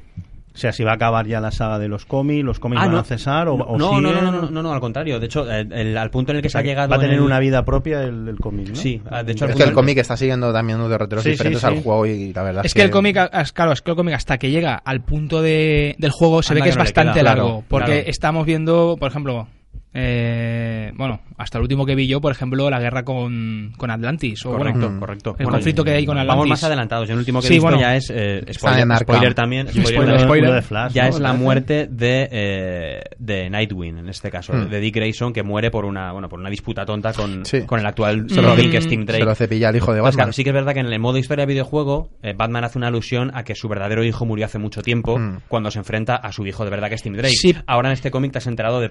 Speaker 3: O sea, si va a acabar ya la saga de los cómics, los cómics
Speaker 1: Ah,
Speaker 3: van
Speaker 1: no.
Speaker 3: a cesar o,
Speaker 1: no,
Speaker 3: o
Speaker 1: no, no,
Speaker 3: siguen?
Speaker 1: no, no, no, no, al contrario. De hecho, eh, el- al punto en el que
Speaker 3: O sea,
Speaker 1: se ha llegado...
Speaker 3: Va a tener
Speaker 1: en el-
Speaker 3: una vida propia el, el cómic, ¿no?
Speaker 1: Sí, ah, de hecho, algún
Speaker 2: Pero es que el
Speaker 1: momento-
Speaker 2: cómic está siguiendo también unos derroteros
Speaker 3: Sí, sí,
Speaker 2: diferentes
Speaker 3: sí.
Speaker 2: al juego y la verdad
Speaker 4: Es que el cómic, ah, es- claro, es que el cómic hasta que llega al punto de, del juego se
Speaker 1: Anda
Speaker 4: ve que
Speaker 1: que
Speaker 4: es
Speaker 1: no le
Speaker 4: bastante
Speaker 1: queda,
Speaker 4: largo.
Speaker 1: claro,
Speaker 4: porque
Speaker 1: claro.
Speaker 4: estamos viendo, por ejemplo, eh, bueno, hasta el último que vi yo, por ejemplo, la guerra con, con Atlantis. O bueno,
Speaker 1: Correcto,
Speaker 2: Mm.
Speaker 1: correcto.
Speaker 4: El conflicto
Speaker 1: y-
Speaker 4: que hay con
Speaker 1: Vamos
Speaker 4: Atlantis.
Speaker 1: más adelantados. Yo el último que he
Speaker 4: Sí,
Speaker 1: visto
Speaker 4: bueno.
Speaker 1: ya es... eh,
Speaker 2: en
Speaker 1: spoiler,
Speaker 2: Arkham.
Speaker 1: spoiler también. Spoiler,
Speaker 3: Spoiler,
Speaker 1: también.
Speaker 3: spoiler.
Speaker 1: Uno
Speaker 3: Flash,
Speaker 1: ya
Speaker 3: ¿no?
Speaker 1: es la
Speaker 3: Parece.
Speaker 1: muerte de, eh, de Nightwing, en este caso.
Speaker 2: Hmm.
Speaker 1: De Dick Grayson, que muere por una, bueno, por una disputa tonta con,
Speaker 2: Sí.
Speaker 1: con el actual
Speaker 4: Se lo-
Speaker 1: Robin, que es Tim Drake.
Speaker 2: Se lo cepilla el hijo de
Speaker 1: Entonces,
Speaker 2: Batman.
Speaker 1: claro, sí que es verdad que en el modo historia videojuego, eh, Batman hace una alusión a que su verdadero hijo murió hace mucho tiempo
Speaker 2: Mm.
Speaker 1: cuando se enfrenta a su hijo de verdad, que es Tim Drake.
Speaker 4: Sí.
Speaker 1: Ahora en este cómic te has enterado de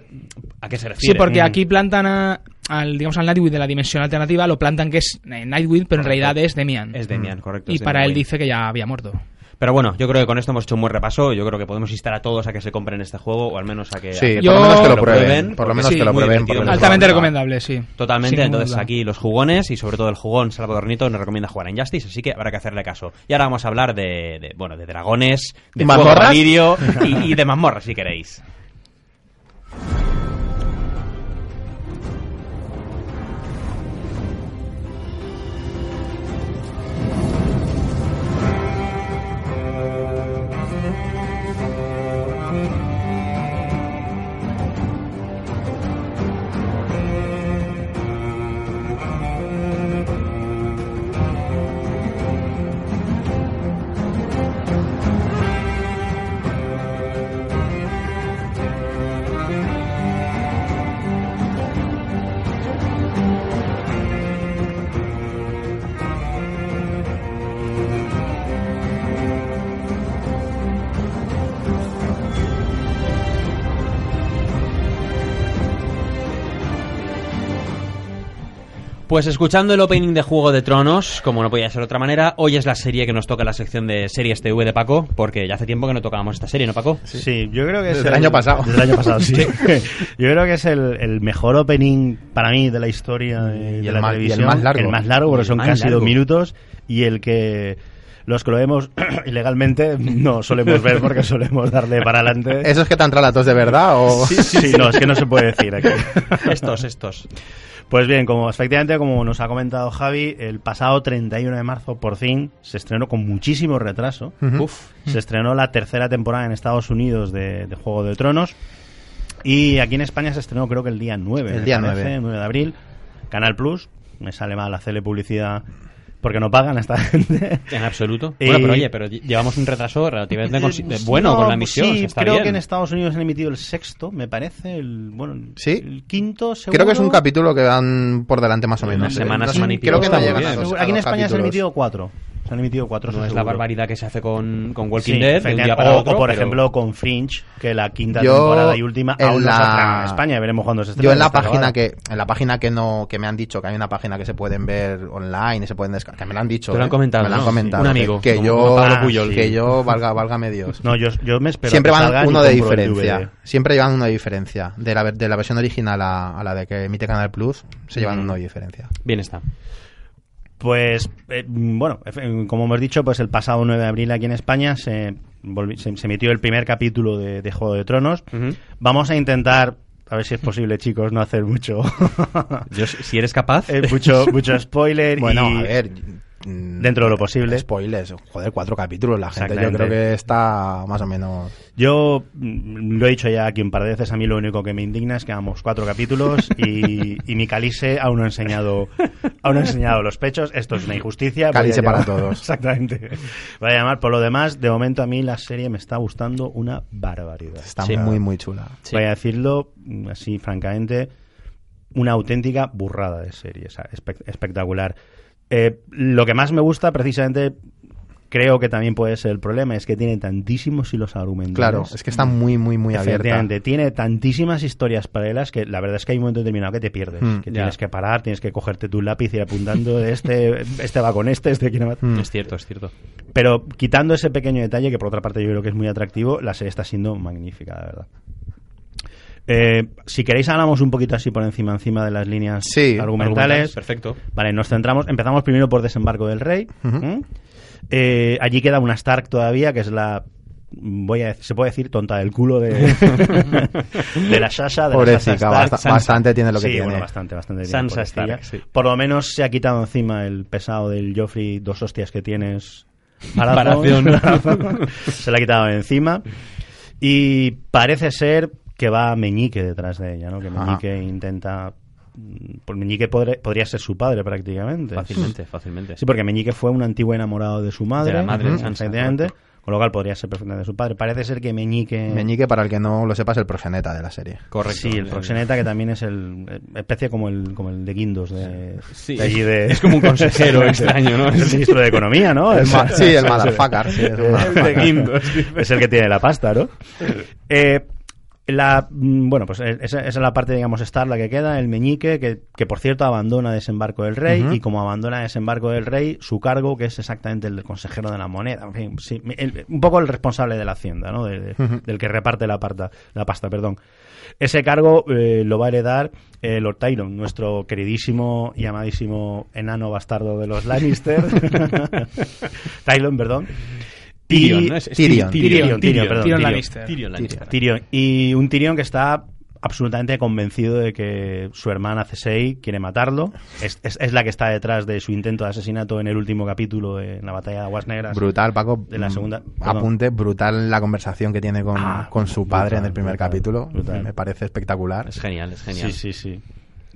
Speaker 1: a qué se refiere.
Speaker 4: Sí, porque
Speaker 1: Mm.
Speaker 4: aquí plantan a- al, digamos, al Nightwing de la dimensión alternativa, lo plantan que es eh, Nightwing, pero en realidad es Demian.
Speaker 2: Mm.
Speaker 1: Es Demian, correcto.
Speaker 4: y
Speaker 1: es
Speaker 4: para él
Speaker 1: Demian Wayne.
Speaker 4: dice que ya había muerto.
Speaker 1: Pero bueno, yo creo que con esto hemos hecho un buen repaso. Yo creo que podemos instar a todos a que se compren este juego, o al menos a que.
Speaker 2: Sí,
Speaker 4: Yo-
Speaker 2: por lo menos que lo
Speaker 4: Lo
Speaker 2: prueben.
Speaker 1: prueben,
Speaker 2: Por lo menos
Speaker 4: porque
Speaker 2: que lo
Speaker 4: sí, muy
Speaker 2: prueben.
Speaker 1: divertido,
Speaker 2: porque les va a
Speaker 4: Altamente
Speaker 2: gustar.
Speaker 4: recomendable, sí.
Speaker 1: Totalmente,
Speaker 4: Sin
Speaker 1: entonces
Speaker 4: duda.
Speaker 1: aquí los jugones y sobre todo el jugón Salvador Dornito nos recomienda jugar a Injustice, así que habrá que hacerle caso. Y ahora vamos a hablar de, de, bueno, de dragones, de juegos
Speaker 2: ¿Mazmorras?
Speaker 1: de vídeo y, y de mazmorras si queréis. Pues escuchando el opening de Juego de Tronos, como no podía ser de otra manera, hoy es la serie que nos toca la sección de series TV de Paco, porque ya hace tiempo que no tocábamos esta serie, ¿no, Paco?
Speaker 3: Sí. yo creo que es
Speaker 2: Desde el año pasado.
Speaker 3: Desde el año pasado, sí. yo creo que es el, el mejor opening para mí de la historia de,
Speaker 2: Y
Speaker 3: de
Speaker 2: el
Speaker 3: la
Speaker 2: más- y el
Speaker 3: televisión.
Speaker 2: más largo.
Speaker 3: El más largo, porque
Speaker 1: El
Speaker 3: son
Speaker 1: más
Speaker 3: casi dos
Speaker 1: largo.
Speaker 3: minutos. Y el que los que lo vemos ilegalmente no solemos ver porque solemos darle para adelante.
Speaker 2: ¿Eso es que te han entrado las dos de verdad? O...
Speaker 3: Sí, sí, sí, no, es que no se puede decir aquí.
Speaker 1: Estos, estos.
Speaker 3: Pues bien, como efectivamente, como nos ha comentado Javi, el pasado 31 de marzo por fin se estrenó con muchísimo retraso.
Speaker 2: Ujú.
Speaker 1: Uf.
Speaker 3: Se estrenó la tercera temporada en Estados Unidos de, de Juego de Tronos. Y aquí en España se estrenó creo que el día 9.
Speaker 2: El
Speaker 3: me
Speaker 2: día
Speaker 3: parece,
Speaker 2: 9.
Speaker 3: 9 de abril. Canal Plus. Me sale mal hacerle publicidad porque no pagan a esta gente.
Speaker 1: En absoluto.
Speaker 3: Eh,
Speaker 1: Bueno, pero oye, pero ll- llevamos un retraso relativamente consi- de- bueno
Speaker 3: No,
Speaker 1: con la
Speaker 3: pues
Speaker 1: misión.
Speaker 3: Sí,
Speaker 1: o sea, está
Speaker 3: creo
Speaker 1: bien.
Speaker 3: que en Estados Unidos han emitido el sexto, me parece. El, bueno, el-
Speaker 2: Sí.
Speaker 3: el quinto, seguro.
Speaker 2: Creo que es un capítulo que van por delante más o
Speaker 1: Una
Speaker 2: menos. ¿eh?
Speaker 1: semana,
Speaker 2: No sé,
Speaker 1: semana y pico.
Speaker 2: Creo que no
Speaker 1: Está muy
Speaker 2: llegan a
Speaker 1: bien.
Speaker 2: dos-
Speaker 3: Seguro-
Speaker 2: a
Speaker 3: Aquí en
Speaker 2: dos
Speaker 3: España se han
Speaker 2: capítulos.
Speaker 3: emitido cuatro. Se han emitido cuatro. eso
Speaker 1: No es la
Speaker 3: seguro.
Speaker 1: barbaridad que se hace con, con Walking Dead
Speaker 3: Sí,
Speaker 1: de un día
Speaker 3: efectivamente.
Speaker 1: para
Speaker 3: o,
Speaker 1: otro.
Speaker 3: o, por
Speaker 1: pero-
Speaker 3: ejemplo con Fringe, que la quinta
Speaker 2: Yo,
Speaker 3: temporada y última
Speaker 2: en
Speaker 3: aún no
Speaker 2: la-
Speaker 3: se ha estrenado en España. Veremos cuándo se estrena.
Speaker 2: Yo en la
Speaker 3: está
Speaker 2: página
Speaker 3: grabada.
Speaker 2: que en la página que no que me han dicho que hay una página que se pueden ver online y se pueden descargar que me lo han dicho
Speaker 1: Te lo han
Speaker 2: ¿eh?
Speaker 1: comentado,
Speaker 2: me lo han
Speaker 1: ¿no?
Speaker 2: comentado
Speaker 1: Un
Speaker 2: que-
Speaker 1: amigo,
Speaker 2: que,
Speaker 1: como- como
Speaker 2: yo
Speaker 1: Pablo
Speaker 2: ah,
Speaker 1: Puyol.
Speaker 2: que yo valga válgame Dios
Speaker 3: No, yo, yo me espero.
Speaker 2: siempre
Speaker 3: que
Speaker 2: van
Speaker 3: salgan y
Speaker 2: uno de
Speaker 3: compro el
Speaker 2: diferencia
Speaker 3: DVD.
Speaker 2: siempre llevan uno de diferencia de la, ver- de la versión original a, a la de que emite Canal Plus se llevan uno de diferencia
Speaker 1: Bien está.
Speaker 3: Pues, eh, bueno, eh, como hemos dicho, pues el pasado 9 de abril aquí en España se, volvi- se, se emitió el primer capítulo de, de Juego de Tronos.
Speaker 1: Ujú.
Speaker 3: Vamos a intentar, a ver si es posible, chicos, no hacer mucho,
Speaker 1: Yo, si si eres capaz.
Speaker 3: eh, mucho, mucho spoiler.
Speaker 2: bueno
Speaker 3: y-
Speaker 2: a ver mm,
Speaker 3: dentro de lo posible.
Speaker 2: spoilers joder cuatro capítulos la gente yo
Speaker 3: Exactamente.
Speaker 2: creo que está más o menos
Speaker 3: Yo mm, lo he dicho ya aquí un par de veces, a mí lo único que me indigna es que vamos cuatro capítulos y, y mi calice aún no ha enseñado aún no ha enseñado los pechos. Esto es una injusticia. Voy a
Speaker 2: Calice para
Speaker 3: llamar-
Speaker 2: todos.
Speaker 3: Exactamente. Voy a llamar. Por lo demás, de momento a mí la serie me está gustando una barbaridad.
Speaker 2: está
Speaker 1: Sí.
Speaker 2: muy muy chula
Speaker 1: Sí.
Speaker 3: Voy a decirlo mm, así francamente, una auténtica burrada de serie, o sea, espe- espectacular. Eh, lo que más me gusta precisamente... Creo que también puede ser el problema, es que tiene tantísimos hilos argumentales.
Speaker 2: claro es que está muy muy muy abierta
Speaker 3: Mm. Efectivamente, tiene tantísimas historias paralelas que la verdad es que hay un momento determinado que te pierdes,
Speaker 2: Mm,
Speaker 3: que
Speaker 1: ya.
Speaker 3: tienes que parar, tienes que cogerte tu lápiz y ir apuntando de este, este va con este, este quiere más.
Speaker 2: Mm.
Speaker 1: Es cierto, es cierto.
Speaker 3: Pero quitando ese pequeño detalle, que por otra parte yo creo que es muy atractivo, la serie está siendo magnífica, la verdad. Eh, si queréis hablamos un poquito así por encima encima de las líneas
Speaker 2: Sí,
Speaker 3: argumentales.
Speaker 1: Perfecto.
Speaker 3: Vale, nos centramos, empezamos primero por Desembarco del Rey.
Speaker 2: Ujú.
Speaker 3: ¿Mm? Eh, allí queda una Stark todavía, que es la voy a dec- se puede decir tonta del culo de, de la Sasha de la Sasha
Speaker 2: Pobrecita,
Speaker 3: Stark.
Speaker 2: basta-
Speaker 3: Sansa.
Speaker 2: bastante tiene lo que
Speaker 3: Sí,
Speaker 2: tiene.
Speaker 3: bueno, bastante bastante tiene,
Speaker 1: Sansa
Speaker 3: pobrecilla.
Speaker 1: Stark, sí.
Speaker 3: por lo menos se ha quitado encima el pesado del Joffrey dos hostias que tienes
Speaker 1: Baratheon.
Speaker 3: Baratheon. se la ha quitado de encima y parece ser que va Meñique detrás de ella, ¿no? Que
Speaker 2: Ajá.
Speaker 3: Meñique intenta... mm, Pues Meñique podre- podría ser su padre prácticamente.
Speaker 1: Fácilmente, fácilmente.
Speaker 3: Sí, porque Meñique fue un antiguo enamorado de su madre.
Speaker 1: De la madre de
Speaker 3: Ujú.
Speaker 1: Sansa,
Speaker 3: Efectivamente.
Speaker 1: correcto.
Speaker 3: Con lo cual podría ser perfectamente de su padre. Parece ser que Meñique...
Speaker 2: Meñique, para el que no lo sepa, es el profeneta de la serie.
Speaker 1: Correcto. eh,
Speaker 3: Sí, el proxeneta que también es el eh, especie como el como el de Guindos de,
Speaker 1: Sí.
Speaker 3: de allí de-
Speaker 1: Es como un consejero extraño, ¿no?
Speaker 3: Es el ministro de economía, ¿no?
Speaker 2: El
Speaker 3: Es-
Speaker 2: ma- sí, el motherfucker. sí, es un
Speaker 3: El de
Speaker 2: motherfucker.
Speaker 3: Guindos. Es el que tiene la pasta, ¿no? Eh, La, mm, bueno, pues eh, esa, esa es la parte, digamos, estar la que queda, el meñique, que, que por cierto abandona Desembarco del Rey,
Speaker 2: Ujú.
Speaker 3: y como abandona Desembarco del Rey, su cargo, que es exactamente el del consejero de la moneda, en fin, sí, el- un poco el responsable de la hacienda, ¿no? De- de-
Speaker 2: Ujú.
Speaker 3: Del que reparte la, parta, la pasta, perdón. Ese cargo eh, lo va a heredar eh, Lord Tyron, nuestro queridísimo y amadísimo enano bastardo de los Lannister. Tyron, perdón. Y-
Speaker 1: Tyrion, ¿no? Es- es
Speaker 2: Tyrion.
Speaker 3: Tyrion, Tyrion,
Speaker 4: Tyrion
Speaker 3: perdón, Tyrion.
Speaker 4: Lannister.
Speaker 1: Tyrion Lannister.
Speaker 3: Tyrion. Y un Tyrion que está absolutamente convencido de que su hermana Cersei quiere matarlo. Es, es- es la que está detrás de su intento de asesinato en el último capítulo, de- en la batalla de Aguas Negras.
Speaker 2: Brutal, Paco.
Speaker 3: De la segunda-
Speaker 2: Mm,
Speaker 3: perdón.
Speaker 2: Apunte, brutal la conversación que tiene con,
Speaker 3: Ah,
Speaker 2: con su padre
Speaker 3: brutal,
Speaker 2: en el primer
Speaker 3: brutal,
Speaker 2: capítulo.
Speaker 3: brutal.
Speaker 2: Me parece espectacular.
Speaker 1: Es genial, es
Speaker 3: Sí,
Speaker 1: genial.
Speaker 3: sí, sí.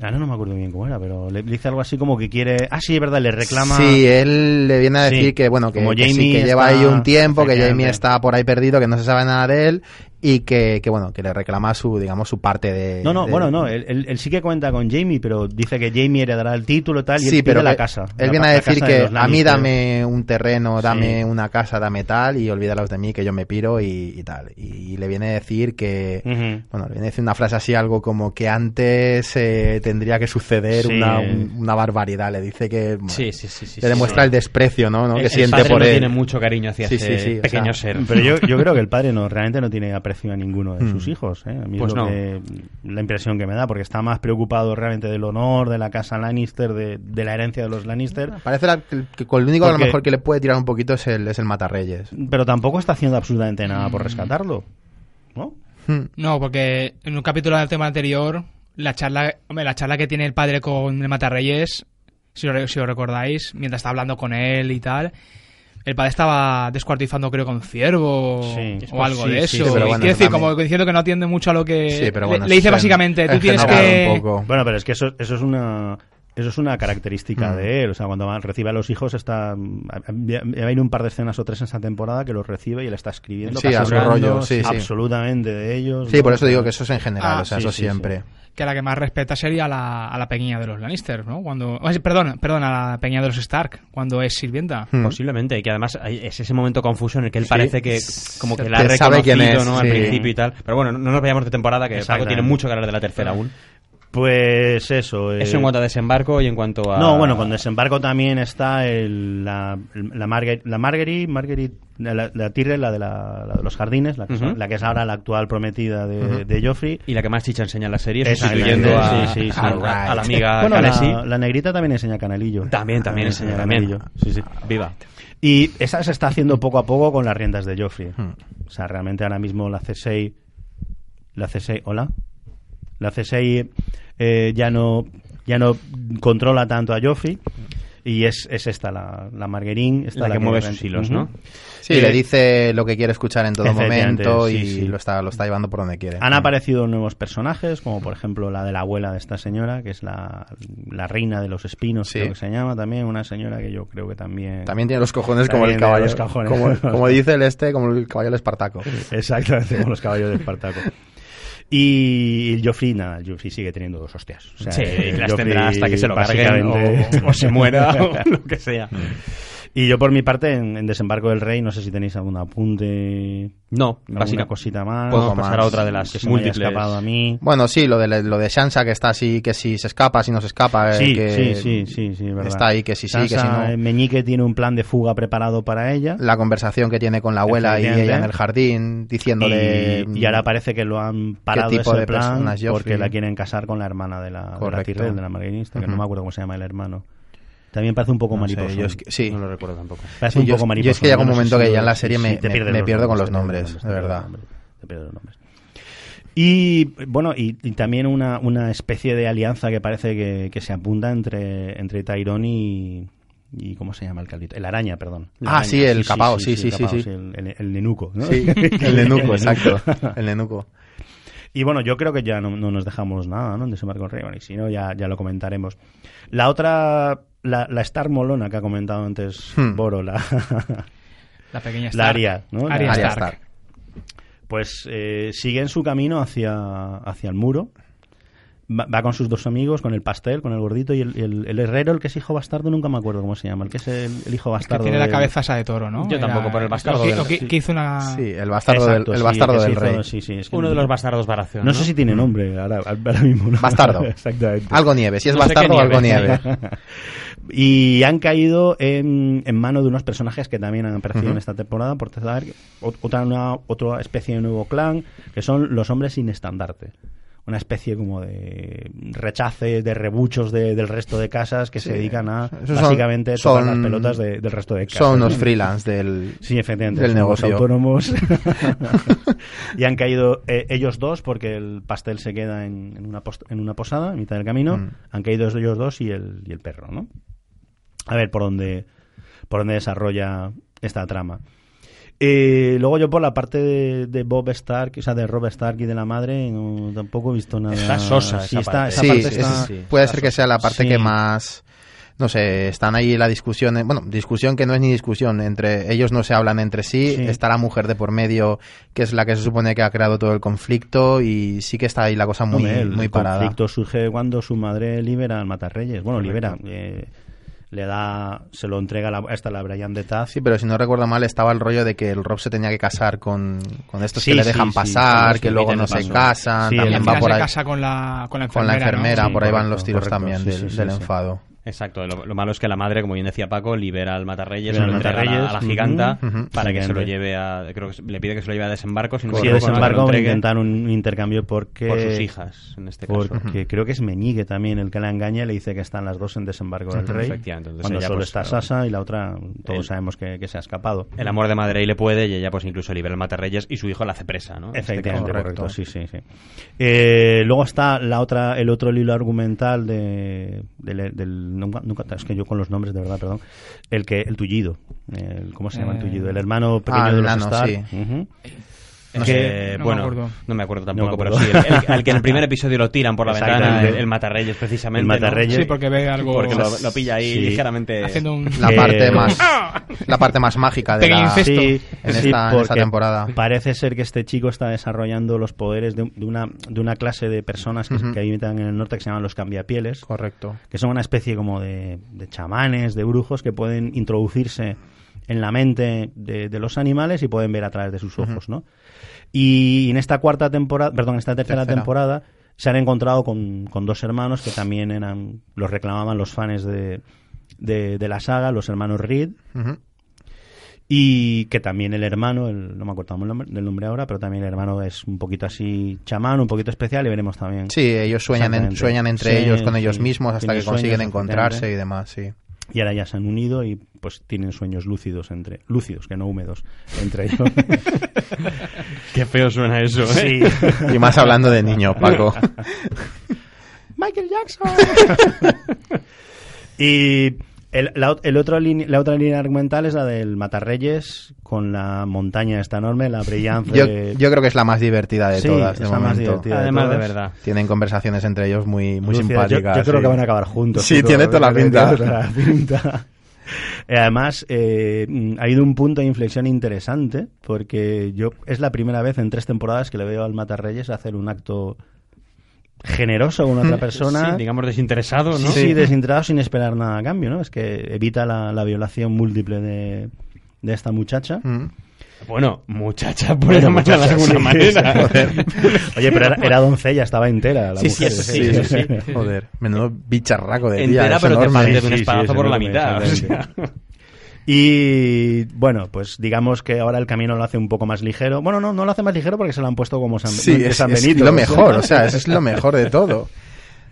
Speaker 3: Ahora no me acuerdo bien cómo era, pero le, le dice algo así como que quiere... Ah, sí, es verdad, le reclama...
Speaker 2: Sí, él le viene a
Speaker 3: Sí.
Speaker 2: decir que, bueno, que,
Speaker 3: Como
Speaker 2: que sí,
Speaker 3: Jaime
Speaker 2: que lleva
Speaker 3: está-
Speaker 2: ahí un tiempo, que
Speaker 3: efectivamente.
Speaker 2: Jamie está por ahí perdido, que no se sabe nada de él y que, que, bueno, que le reclama su, digamos, su parte de...
Speaker 3: No, no,
Speaker 2: Eh, de-
Speaker 3: bueno, no, él, él- él sí que cuenta con Jamie, pero dice que Jamie heredará el título y tal, y él
Speaker 2: sí, pero
Speaker 3: pide la
Speaker 2: que-
Speaker 3: casa.
Speaker 2: él
Speaker 3: la-
Speaker 2: viene a
Speaker 3: la
Speaker 2: decir
Speaker 3: casa de
Speaker 2: que
Speaker 3: los
Speaker 2: a mí
Speaker 3: Lannister.
Speaker 2: dame un terreno, dame
Speaker 3: Sí.
Speaker 2: una casa, dame tal, y olvídalos de mí, que yo me piro y, y tal. Y, le viene a decir que...
Speaker 3: Ujú.
Speaker 2: Bueno, le viene a decir una frase así, algo como que antes eh, tendría que suceder
Speaker 3: Sí.
Speaker 2: una, un- una barbaridad. Le dice que... bueno,
Speaker 1: Sí, sí, sí, sí, sí,
Speaker 2: le demuestra
Speaker 1: sí.
Speaker 2: el desprecio, ¿no? ¿no?
Speaker 1: El-
Speaker 2: que
Speaker 1: el
Speaker 2: siente
Speaker 1: padre
Speaker 2: por
Speaker 1: no
Speaker 2: él.
Speaker 1: tiene mucho cariño hacia
Speaker 2: Sí,
Speaker 1: ese
Speaker 2: sí, sí, o
Speaker 1: pequeño
Speaker 2: sea,
Speaker 1: ser.
Speaker 3: Pero yo, yo creo que el padre no realmente no tiene aprecio a ninguno de
Speaker 2: Mm.
Speaker 3: sus hijos. ¿eh? A mí
Speaker 1: Pues
Speaker 3: es lo
Speaker 1: no.
Speaker 3: que- la impresión que me da, porque está más preocupado realmente del honor, de la casa Lannister, de, de la herencia de los Lannister.
Speaker 2: Parece la- que, que con lo único a lo
Speaker 3: Porque-
Speaker 2: mejor que le puede tirar un poquito es el, es el Matarreyes.
Speaker 3: Pero tampoco está haciendo absolutamente nada por rescatarlo. ¿No?
Speaker 2: Hmm.
Speaker 4: No, porque en un capítulo del tema anterior, la charla, hombre, la charla que tiene el padre con el Matarreyes, si lo, si lo recordáis, mientras está hablando con él y tal, el padre estaba descuartizando, creo, con ciervo o-
Speaker 3: Sí.
Speaker 4: o algo
Speaker 3: Sí,
Speaker 4: de
Speaker 3: sí,
Speaker 4: eso.
Speaker 3: sí, pero
Speaker 2: bueno,
Speaker 4: Y quiero
Speaker 2: eso
Speaker 4: decir,
Speaker 2: también.
Speaker 4: como diciendo que no atiende mucho a lo que
Speaker 2: Sí, pero
Speaker 4: Eh, le-
Speaker 2: bueno,
Speaker 4: le,
Speaker 2: es
Speaker 4: dice
Speaker 2: gen-
Speaker 4: básicamente,
Speaker 2: es
Speaker 4: tú tienes
Speaker 2: general
Speaker 4: que...
Speaker 2: un poco.
Speaker 3: Bueno, pero es que eso, eso es una. Eso es una característica
Speaker 2: Mm.
Speaker 3: de él. O sea, cuando va- recibe a los hijos, está. mm, Va a ir un par de escenas o tres en esta temporada que los recibe y él está escribiendo.
Speaker 2: Sí, a su
Speaker 3: casobrando
Speaker 2: rollo, sí, sí.
Speaker 3: Absolutamente de ellos.
Speaker 2: Sí,
Speaker 3: ¿no?
Speaker 2: por eso digo que eso es en general,
Speaker 4: Ah,
Speaker 2: o sea,
Speaker 3: sí,
Speaker 2: eso
Speaker 3: sí,
Speaker 2: siempre.
Speaker 4: que la que más respeta sería a la, a la peña de los Lannister, ¿no? Cuando, ay, perdón, perdón, a la peña de los Stark, cuando es sirvienta.
Speaker 1: Pues
Speaker 2: Hmm.
Speaker 1: Posiblemente, y que además hay- es ese momento confuso en el que él
Speaker 2: Sí.
Speaker 1: parece que como que la ha
Speaker 2: Que sabe quién
Speaker 1: reconocido
Speaker 2: es,
Speaker 1: ¿no? al
Speaker 2: sí.
Speaker 1: principio y tal. Pero bueno, no no nos vayamos de temporada, que Paco
Speaker 3: Exactamente.
Speaker 1: tiene mucho que hablar de la tercera aún.
Speaker 3: Pues eso. eh,
Speaker 1: Eso en cuanto a desembarco y en cuanto a...
Speaker 3: No, bueno, con desembarco también está el- la, la, Marguerite, la Marguerite, Marguerite- la, la Tyrell, la de, la, la de los jardines, la que, es-
Speaker 1: Ujú.
Speaker 3: la que es ahora la actual prometida de,
Speaker 2: Ujú.
Speaker 3: de Joffrey.
Speaker 1: Y la que más chicha enseña en la serie,
Speaker 3: Exactamente,
Speaker 1: sustituyendo a,
Speaker 3: sí, sí, sí.
Speaker 1: a- a- a la amiga
Speaker 3: Bueno,
Speaker 1: Khaleesi.
Speaker 3: la, la negrita también enseña canalillo.
Speaker 1: También, también enseña, también.
Speaker 3: Sí, sí.
Speaker 1: Viva.
Speaker 3: Y esa se está haciendo poco a poco con las riendas de Joffrey.
Speaker 2: Hmm.
Speaker 3: O sea, realmente ahora mismo la C6. La C6. Hola. La C6 eh, ya, no, ya no controla tanto a Joffrey. Y es, es esta, la, la Marguerine. Esta
Speaker 1: La que mueve sus
Speaker 3: realmente-
Speaker 1: hilos,
Speaker 3: Ujú.
Speaker 1: ¿no?
Speaker 2: Sí,
Speaker 3: Eh,
Speaker 2: le dice lo que quiere escuchar en todo
Speaker 3: efectivamente,
Speaker 2: momento
Speaker 3: sí,
Speaker 2: y
Speaker 3: sí.
Speaker 2: Lo, está, lo está llevando por donde quiere.
Speaker 3: Han
Speaker 2: Mm.
Speaker 3: aparecido nuevos personajes, como por ejemplo la de la abuela de esta señora, que es la, la reina de los espinos,
Speaker 2: Sí.
Speaker 3: creo que se llama también. Una señora que yo creo que también.
Speaker 2: También tiene los cojones como el
Speaker 3: También tiene
Speaker 2: caballo.
Speaker 3: los cojones.
Speaker 2: Como, como dice el este, como el caballo del Espartaco.
Speaker 3: Exactamente, como los caballos de Espartaco. Y el Joffrey, nada, el Joffrey sigue teniendo dos hostias. O sea,
Speaker 1: Sí,
Speaker 3: el
Speaker 1: las
Speaker 3: Joffrey
Speaker 1: tendrá hasta que se lo carguen
Speaker 3: básicamente-
Speaker 1: o, o se muera o lo que sea.
Speaker 3: y yo por mi parte, en, en Desembarco del Rey, no sé si tenéis algún apunte,
Speaker 1: No,
Speaker 3: alguna
Speaker 1: básicamente.
Speaker 3: cosita más.
Speaker 1: Podemos
Speaker 2: Poco
Speaker 1: pasar a
Speaker 2: más.
Speaker 1: otra de las
Speaker 3: que se me haya
Speaker 1: múltiples.
Speaker 3: escapado a mí.
Speaker 2: Bueno, sí, lo de, la- lo de Sansa que está así, que si se escapa, si no se escapa. eh,
Speaker 3: Sí,
Speaker 2: que
Speaker 3: sí, sí, sí, sí, verdad.
Speaker 2: Está ahí, que si sí, que si
Speaker 3: Sansa,
Speaker 2: no.
Speaker 3: eh, Meñique tiene un plan de fuga preparado para ella.
Speaker 2: La conversación que tiene con la abuela y
Speaker 3: Efectivamente.
Speaker 2: ella en el jardín, diciéndole. mm,
Speaker 3: Y, y ahora parece que lo han parado
Speaker 2: tipo
Speaker 3: ese
Speaker 2: de
Speaker 3: plan
Speaker 2: personas, Joffrey?
Speaker 3: porque la quieren casar con la hermana de la, de la
Speaker 2: Correcto.
Speaker 3: Tyrell, de la marguerista, que no
Speaker 2: Ujú.
Speaker 3: me acuerdo cómo se llama el hermano. También parece un poco
Speaker 2: No sé,
Speaker 3: mariposo.
Speaker 2: yo es que- sí.
Speaker 1: No lo recuerdo tampoco.
Speaker 3: Parece
Speaker 2: Sí,
Speaker 3: un
Speaker 2: yo-
Speaker 3: poco
Speaker 2: yo
Speaker 3: mariposo.
Speaker 2: es que llega un
Speaker 3: sé
Speaker 2: momento que
Speaker 3: lo-
Speaker 2: ya en la serie me-
Speaker 3: te
Speaker 2: me-
Speaker 3: pierdes
Speaker 2: me
Speaker 3: los
Speaker 2: pierdo con los
Speaker 3: te pierdes
Speaker 2: nombres,
Speaker 3: te
Speaker 2: de
Speaker 3: pierdes
Speaker 2: verdad.
Speaker 3: los nombres, te pierdes los nombres. Y bueno, y, y también una, una especie de alianza que parece que, que se apunta entre, entre Tyrone y, y. ¿Cómo se llama el caldito? El araña, perdón. El
Speaker 2: Ah,
Speaker 3: araña,
Speaker 2: sí, el capao, sí, sí,
Speaker 3: el
Speaker 2: sí,
Speaker 3: capao,
Speaker 2: sí.
Speaker 3: El, el- el nenuco, ¿no?
Speaker 2: Sí, el nenuco, exacto. El nenuco.
Speaker 3: Y bueno, yo creo que ya no, no nos dejamos nada, ¿no? En Desembarco del Rey. Bueno, y si no, ya, ya lo comentaremos. La otra, la, la Star Molona que ha comentado antes
Speaker 2: Hmm.
Speaker 3: Boro, la,
Speaker 4: La pequeña Stark.
Speaker 3: la Aria, ¿no?
Speaker 4: Arya
Speaker 3: La-
Speaker 4: Stark.
Speaker 2: Arya Stark.
Speaker 3: Pues eh, sigue en su camino hacia, hacia el muro. Va, va con sus dos amigos, con el pastel, con el gordito y el, y el- el herrero, el que es hijo bastardo, nunca me acuerdo cómo se llama. El que es el, el hijo
Speaker 4: Es que
Speaker 3: bastardo.
Speaker 4: tiene la
Speaker 3: del-
Speaker 4: cabeza esa de toro, ¿no?
Speaker 1: Yo tampoco, por el bastardo
Speaker 4: Que,
Speaker 1: del-
Speaker 4: o que- que hizo una.
Speaker 2: Sí, el bastardo
Speaker 3: Exacto,
Speaker 2: del, el
Speaker 3: sí,
Speaker 2: bastardo
Speaker 3: que se
Speaker 2: del
Speaker 3: hizo-
Speaker 2: rey.
Speaker 3: sí, sí, es que
Speaker 1: Uno
Speaker 3: no-
Speaker 1: de los bastardos Baración.
Speaker 3: No sé si tiene nombre ahora, ahora mismo. ¿no?
Speaker 2: Mm. Bastardo.
Speaker 3: Exactamente.
Speaker 2: Algo nieve, si es
Speaker 1: No sé qué
Speaker 2: bastardo, algo
Speaker 1: nieve.
Speaker 2: nieve.
Speaker 3: Y han caído en, en mano de unos personajes que también han aparecido en
Speaker 2: Ujú.
Speaker 3: esta temporada, por tratar ot- otra, una- otra especie de nuevo clan, que son los hombres sin estandarte. Una especie como de rechaces, de rebuchos de- del resto de casas que se dedican a
Speaker 2: Esos son-
Speaker 3: básicamente tocar
Speaker 2: son-
Speaker 3: las pelotas de- del resto de casas.
Speaker 2: Son unos
Speaker 3: ¿no?
Speaker 2: freelance del.
Speaker 3: Sí, efectivamente.
Speaker 2: Del
Speaker 3: son los
Speaker 2: negocio.
Speaker 3: autónomos. y han caído eh, ellos dos porque el pastel se queda en, en una, post- en una posada, en mitad del camino.
Speaker 2: Mm.
Speaker 3: Han caído ellos dos y el, y el perro, ¿no? A ver por dónde, por dónde desarrolla esta trama. Eh, luego yo por la parte de, de Bob Stark, o sea, de Rob Stark y de la madre, no, tampoco he visto nada.
Speaker 1: Está sosa
Speaker 3: Sí,
Speaker 1: esa
Speaker 3: está-
Speaker 1: parte.
Speaker 3: esa
Speaker 2: Sí,
Speaker 3: parte
Speaker 2: es-
Speaker 3: está-
Speaker 1: sí, sí.
Speaker 2: puede ser que sea la parte
Speaker 3: Sí.
Speaker 2: que más. No sé, están ahí la discusión. eh, Bueno, discusión que no es ni discusión. entre Ellos no se hablan entre sí.
Speaker 3: Sí.
Speaker 2: Está la mujer de por medio, que es la que se supone que ha creado todo el conflicto. Y sí que está ahí la cosa muy,
Speaker 3: Hombre, el
Speaker 2: muy parada.
Speaker 3: conflicto surge cuando su madre libera al Matarreyes. Bueno, libera. eh, le da, se lo entrega a la, esta la Brian de Taz.
Speaker 2: Sí, pero si no recuerdo mal, estaba el rollo de que el Rob se tenía que casar con, con estos
Speaker 3: Sí,
Speaker 2: que le
Speaker 3: sí,
Speaker 2: dejan
Speaker 3: sí,
Speaker 2: pasar,
Speaker 3: con los
Speaker 2: que
Speaker 3: que
Speaker 2: luego
Speaker 3: emiten
Speaker 2: no
Speaker 3: el
Speaker 2: se
Speaker 3: paso.
Speaker 2: casan.
Speaker 3: Sí,
Speaker 4: Y al
Speaker 2: también
Speaker 3: el-
Speaker 2: va
Speaker 4: final
Speaker 2: por
Speaker 4: se
Speaker 2: ahí
Speaker 4: casa con la, con la
Speaker 2: con la
Speaker 4: enfermera. ¿no?
Speaker 2: enfermera,
Speaker 3: Sí,
Speaker 2: por ahí van los
Speaker 3: correcto,
Speaker 2: tiros
Speaker 3: correcto,
Speaker 2: también
Speaker 3: sí,
Speaker 2: del,
Speaker 3: sí, sí,
Speaker 2: del
Speaker 3: sí.
Speaker 2: enfado.
Speaker 1: Exacto, lo, lo malo es que la madre, como bien decía Paco, libera al Matarreyes,
Speaker 3: Libera
Speaker 1: se lo
Speaker 3: al
Speaker 1: entrega a la-
Speaker 3: Matarreyes,
Speaker 1: a la giganta
Speaker 2: ujú, ujú.
Speaker 1: para que se lo
Speaker 3: Gigante.
Speaker 1: lleve a. Creo que se- le pide que se lo lleve a desembarco. Si no me
Speaker 3: Sí,
Speaker 1: equivoco, ¿no?
Speaker 3: desembarco
Speaker 1: Que lo entregue
Speaker 3: intentar un intercambio porque.
Speaker 1: Por sus hijas, en este caso.
Speaker 3: Porque creo que es Meñique también el que la engaña y le dice que están las dos en desembarco del rey.
Speaker 1: Efectivamente, entonces
Speaker 3: Cuando
Speaker 1: ella,
Speaker 3: solo
Speaker 1: pues,
Speaker 3: está
Speaker 1: claro.
Speaker 3: Sasa y la otra, todos
Speaker 1: El-
Speaker 3: sabemos que, que se ha escapado.
Speaker 1: El amor de madre y le puede, y ella, pues incluso libera al Matarreyes y su hijo la hace presa, ¿no? En este
Speaker 3: Efectivamente,
Speaker 1: caso.
Speaker 3: correcto.
Speaker 2: correcto.
Speaker 3: Sí, sí, sí. Eh, luego está la otra, el otro hilo argumental de, del, del- nunca, nunca- es que yo con los nombres de verdad, perdón, el que el tullido, el, ¿cómo se llama el
Speaker 4: Eh,
Speaker 3: tullido? El hermano pequeño
Speaker 2: Ah, el
Speaker 3: de los
Speaker 2: nano,
Speaker 3: Stark.
Speaker 2: sí. Ah.
Speaker 3: Ujú.
Speaker 1: Eh,
Speaker 4: sé, no me
Speaker 1: bueno,
Speaker 4: acuerdo.
Speaker 1: no me acuerdo
Speaker 3: No
Speaker 1: tampoco,
Speaker 3: me
Speaker 1: pero sí,
Speaker 3: acuerdo.
Speaker 1: el, el- al que en el primer episodio lo tiran por la
Speaker 3: Exacto,
Speaker 1: ventana,
Speaker 3: el
Speaker 1: el,
Speaker 3: de-
Speaker 1: el Matarreyes, precisamente.
Speaker 3: el
Speaker 1: ¿no?
Speaker 3: Matarreyes.
Speaker 4: Sí, porque ve algo.
Speaker 1: Porque lo, lo pilla ahí
Speaker 3: Sí.
Speaker 1: ligeramente.
Speaker 4: haciendo un.
Speaker 2: La
Speaker 3: Eh,
Speaker 2: parte más la parte más mágica de
Speaker 4: Pequeño
Speaker 2: la
Speaker 4: incesto.
Speaker 3: Sí,
Speaker 2: en
Speaker 3: sí,
Speaker 2: esta- en
Speaker 3: porque
Speaker 2: esta temporada.
Speaker 3: Parece ser que este chico está desarrollando los poderes de, de una, de una clase de personas que,
Speaker 2: Ujú.
Speaker 3: que habitan en el norte que se llaman los cambiapieles.
Speaker 2: Correcto.
Speaker 3: que son una especie como de, de chamanes, de brujos que pueden introducirse en la mente de, de los animales y pueden ver a través de sus ojos, ¿no? Y en esta cuarta temporada, perdón, en esta tercera,
Speaker 2: Tercera.
Speaker 3: temporada se han encontrado con, con dos hermanos que también eran, los reclamaban los fans de, de, de la saga, los hermanos Reed,
Speaker 2: Ujú.
Speaker 3: y que también el hermano, el- no me acuerdo el nombre- del nombre ahora, pero también el hermano es un poquito así chamán, un poquito especial y veremos también.
Speaker 2: Sí, ellos sueñan en-
Speaker 3: Exactamente.
Speaker 2: sueñan entre
Speaker 3: Sí,
Speaker 2: ellos con
Speaker 3: sí.
Speaker 2: ellos mismos hasta
Speaker 3: Tienen
Speaker 2: que consiguen
Speaker 3: sueños,
Speaker 2: encontrarse
Speaker 3: efectivamente.
Speaker 2: y demás, sí.
Speaker 3: y ahora ya se han unido y pues tienen sueños lúcidos entre lúcidos que no húmedos entre ellos
Speaker 1: Qué feo suena eso, ¿eh?
Speaker 3: sí
Speaker 2: Y más hablando de niño, Paco.
Speaker 3: Michael Jackson y el, la, ot- el otro line- la otra línea argumental es la del Matarreyes con la montaña esta enorme la brillante
Speaker 2: Yo, yo creo que es la más divertida de
Speaker 3: Sí,
Speaker 2: todas de
Speaker 3: es la más
Speaker 2: momento.
Speaker 3: divertida.
Speaker 1: Además, de
Speaker 3: todas.
Speaker 1: verdad.
Speaker 2: Tienen conversaciones entre ellos muy, muy
Speaker 3: Lucía, yo-
Speaker 2: simpáticas.
Speaker 3: Yo, creo
Speaker 2: sí.
Speaker 3: que van a acabar juntos.
Speaker 2: Sí,
Speaker 3: chicos.
Speaker 2: tiene toda la
Speaker 3: Tiene
Speaker 2: pinta.
Speaker 3: toda la pinta. Eh, Además, eh, mm, ha habido un punto de inflexión interesante, porque yo es la primera vez en tres temporadas que le veo al Matarreyes hacer un acto generoso con otra persona.
Speaker 1: Sí, digamos desinteresado, ¿no?
Speaker 3: Sí, sí, desinteresado sin esperar nada a cambio, ¿no? Es que evita la, la violación múltiple de, de esta muchacha.
Speaker 2: Mm.
Speaker 1: Bueno, muchacha, por llamarla de alguna manera.
Speaker 3: Oye, pero era, era doncella, estaba entera la
Speaker 1: Sí, sí,
Speaker 3: mujer.
Speaker 1: eso sí, eso sí.
Speaker 2: Joder, menudo bicharraco de día.
Speaker 1: Entera,
Speaker 2: es
Speaker 1: pero te
Speaker 2: enorme.
Speaker 1: parte de un
Speaker 3: Sí, sí,
Speaker 1: espadazo
Speaker 3: es
Speaker 1: por la
Speaker 3: enorme,
Speaker 1: mitad. o sea.
Speaker 3: exactamente. Y bueno, pues digamos que ahora el camino lo hace un poco más ligero. Bueno, no, no lo hace más ligero porque se lo han puesto como San,
Speaker 2: Sí,
Speaker 3: de
Speaker 2: es,
Speaker 3: San
Speaker 2: es
Speaker 3: Benito.
Speaker 2: lo mejor, o sea, eso es lo mejor de todo.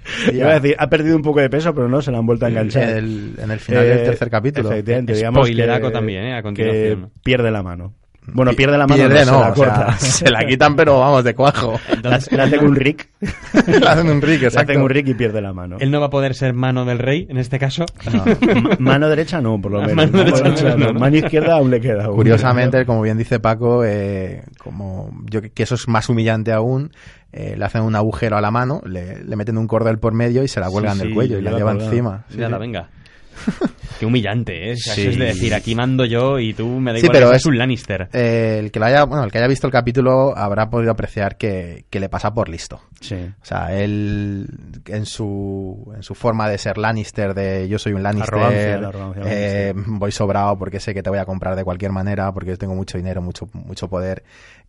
Speaker 3: Iba a decir, ha perdido un poco de peso, pero no, se lo han vuelto a enganchar. Eh,
Speaker 2: En el- en el final del tercer capítulo.
Speaker 3: Efectivamente, digamos
Speaker 1: Spoileraco
Speaker 3: que-
Speaker 1: también, ¿eh? A
Speaker 3: que
Speaker 1: continuación.
Speaker 3: pierde la mano. Bueno, pierde la mano,
Speaker 2: Pierde,
Speaker 3: no,
Speaker 2: no,
Speaker 3: se la
Speaker 2: o sea,
Speaker 3: corta.
Speaker 2: se la quitan, pero vamos, de cuajo.
Speaker 1: Entonces,
Speaker 3: Le hace un Rick.
Speaker 2: Le hacen un Rick,
Speaker 3: Le
Speaker 2: exacto.
Speaker 3: hacen un Rick y pierde la mano.
Speaker 1: él no va a poder ser mano del rey, en este caso.
Speaker 3: Ma- Mano derecha no, por lo menos.
Speaker 1: Mano derecha no, ¿no?
Speaker 3: Mano izquierda aún le queda. aún.
Speaker 2: Curiosamente, como bien dice Paco, eh, como yo que- que eso es más humillante aún, eh, le hacen un agujero a la mano, le, le meten un cordel por medio y se la cuelgan
Speaker 3: Sí,
Speaker 2: del
Speaker 3: sí,
Speaker 2: cuello y la
Speaker 3: ya la
Speaker 2: llevan
Speaker 3: colgada.
Speaker 2: encima. Sí,
Speaker 1: Nada,
Speaker 2: sí.
Speaker 1: venga. Qué humillante, ¿eh? O sea, eso es de
Speaker 3: Sí.
Speaker 1: decir, aquí mando yo y tú me da
Speaker 2: Sí,
Speaker 1: igual,
Speaker 2: pero
Speaker 1: eres
Speaker 2: es-
Speaker 1: un Lannister.
Speaker 2: Eh, el, que lo haya, bueno, el que haya visto el capítulo habrá podido apreciar que, que le pasa por listo.
Speaker 3: Sí.
Speaker 2: O sea, él en su, en su forma de ser Lannister, de yo soy un Lannister,
Speaker 3: Arrogancia, la arrogancia
Speaker 2: eh, voy sobrado porque sé que te voy a comprar de cualquier manera, porque yo tengo mucho dinero, mucho, mucho poder.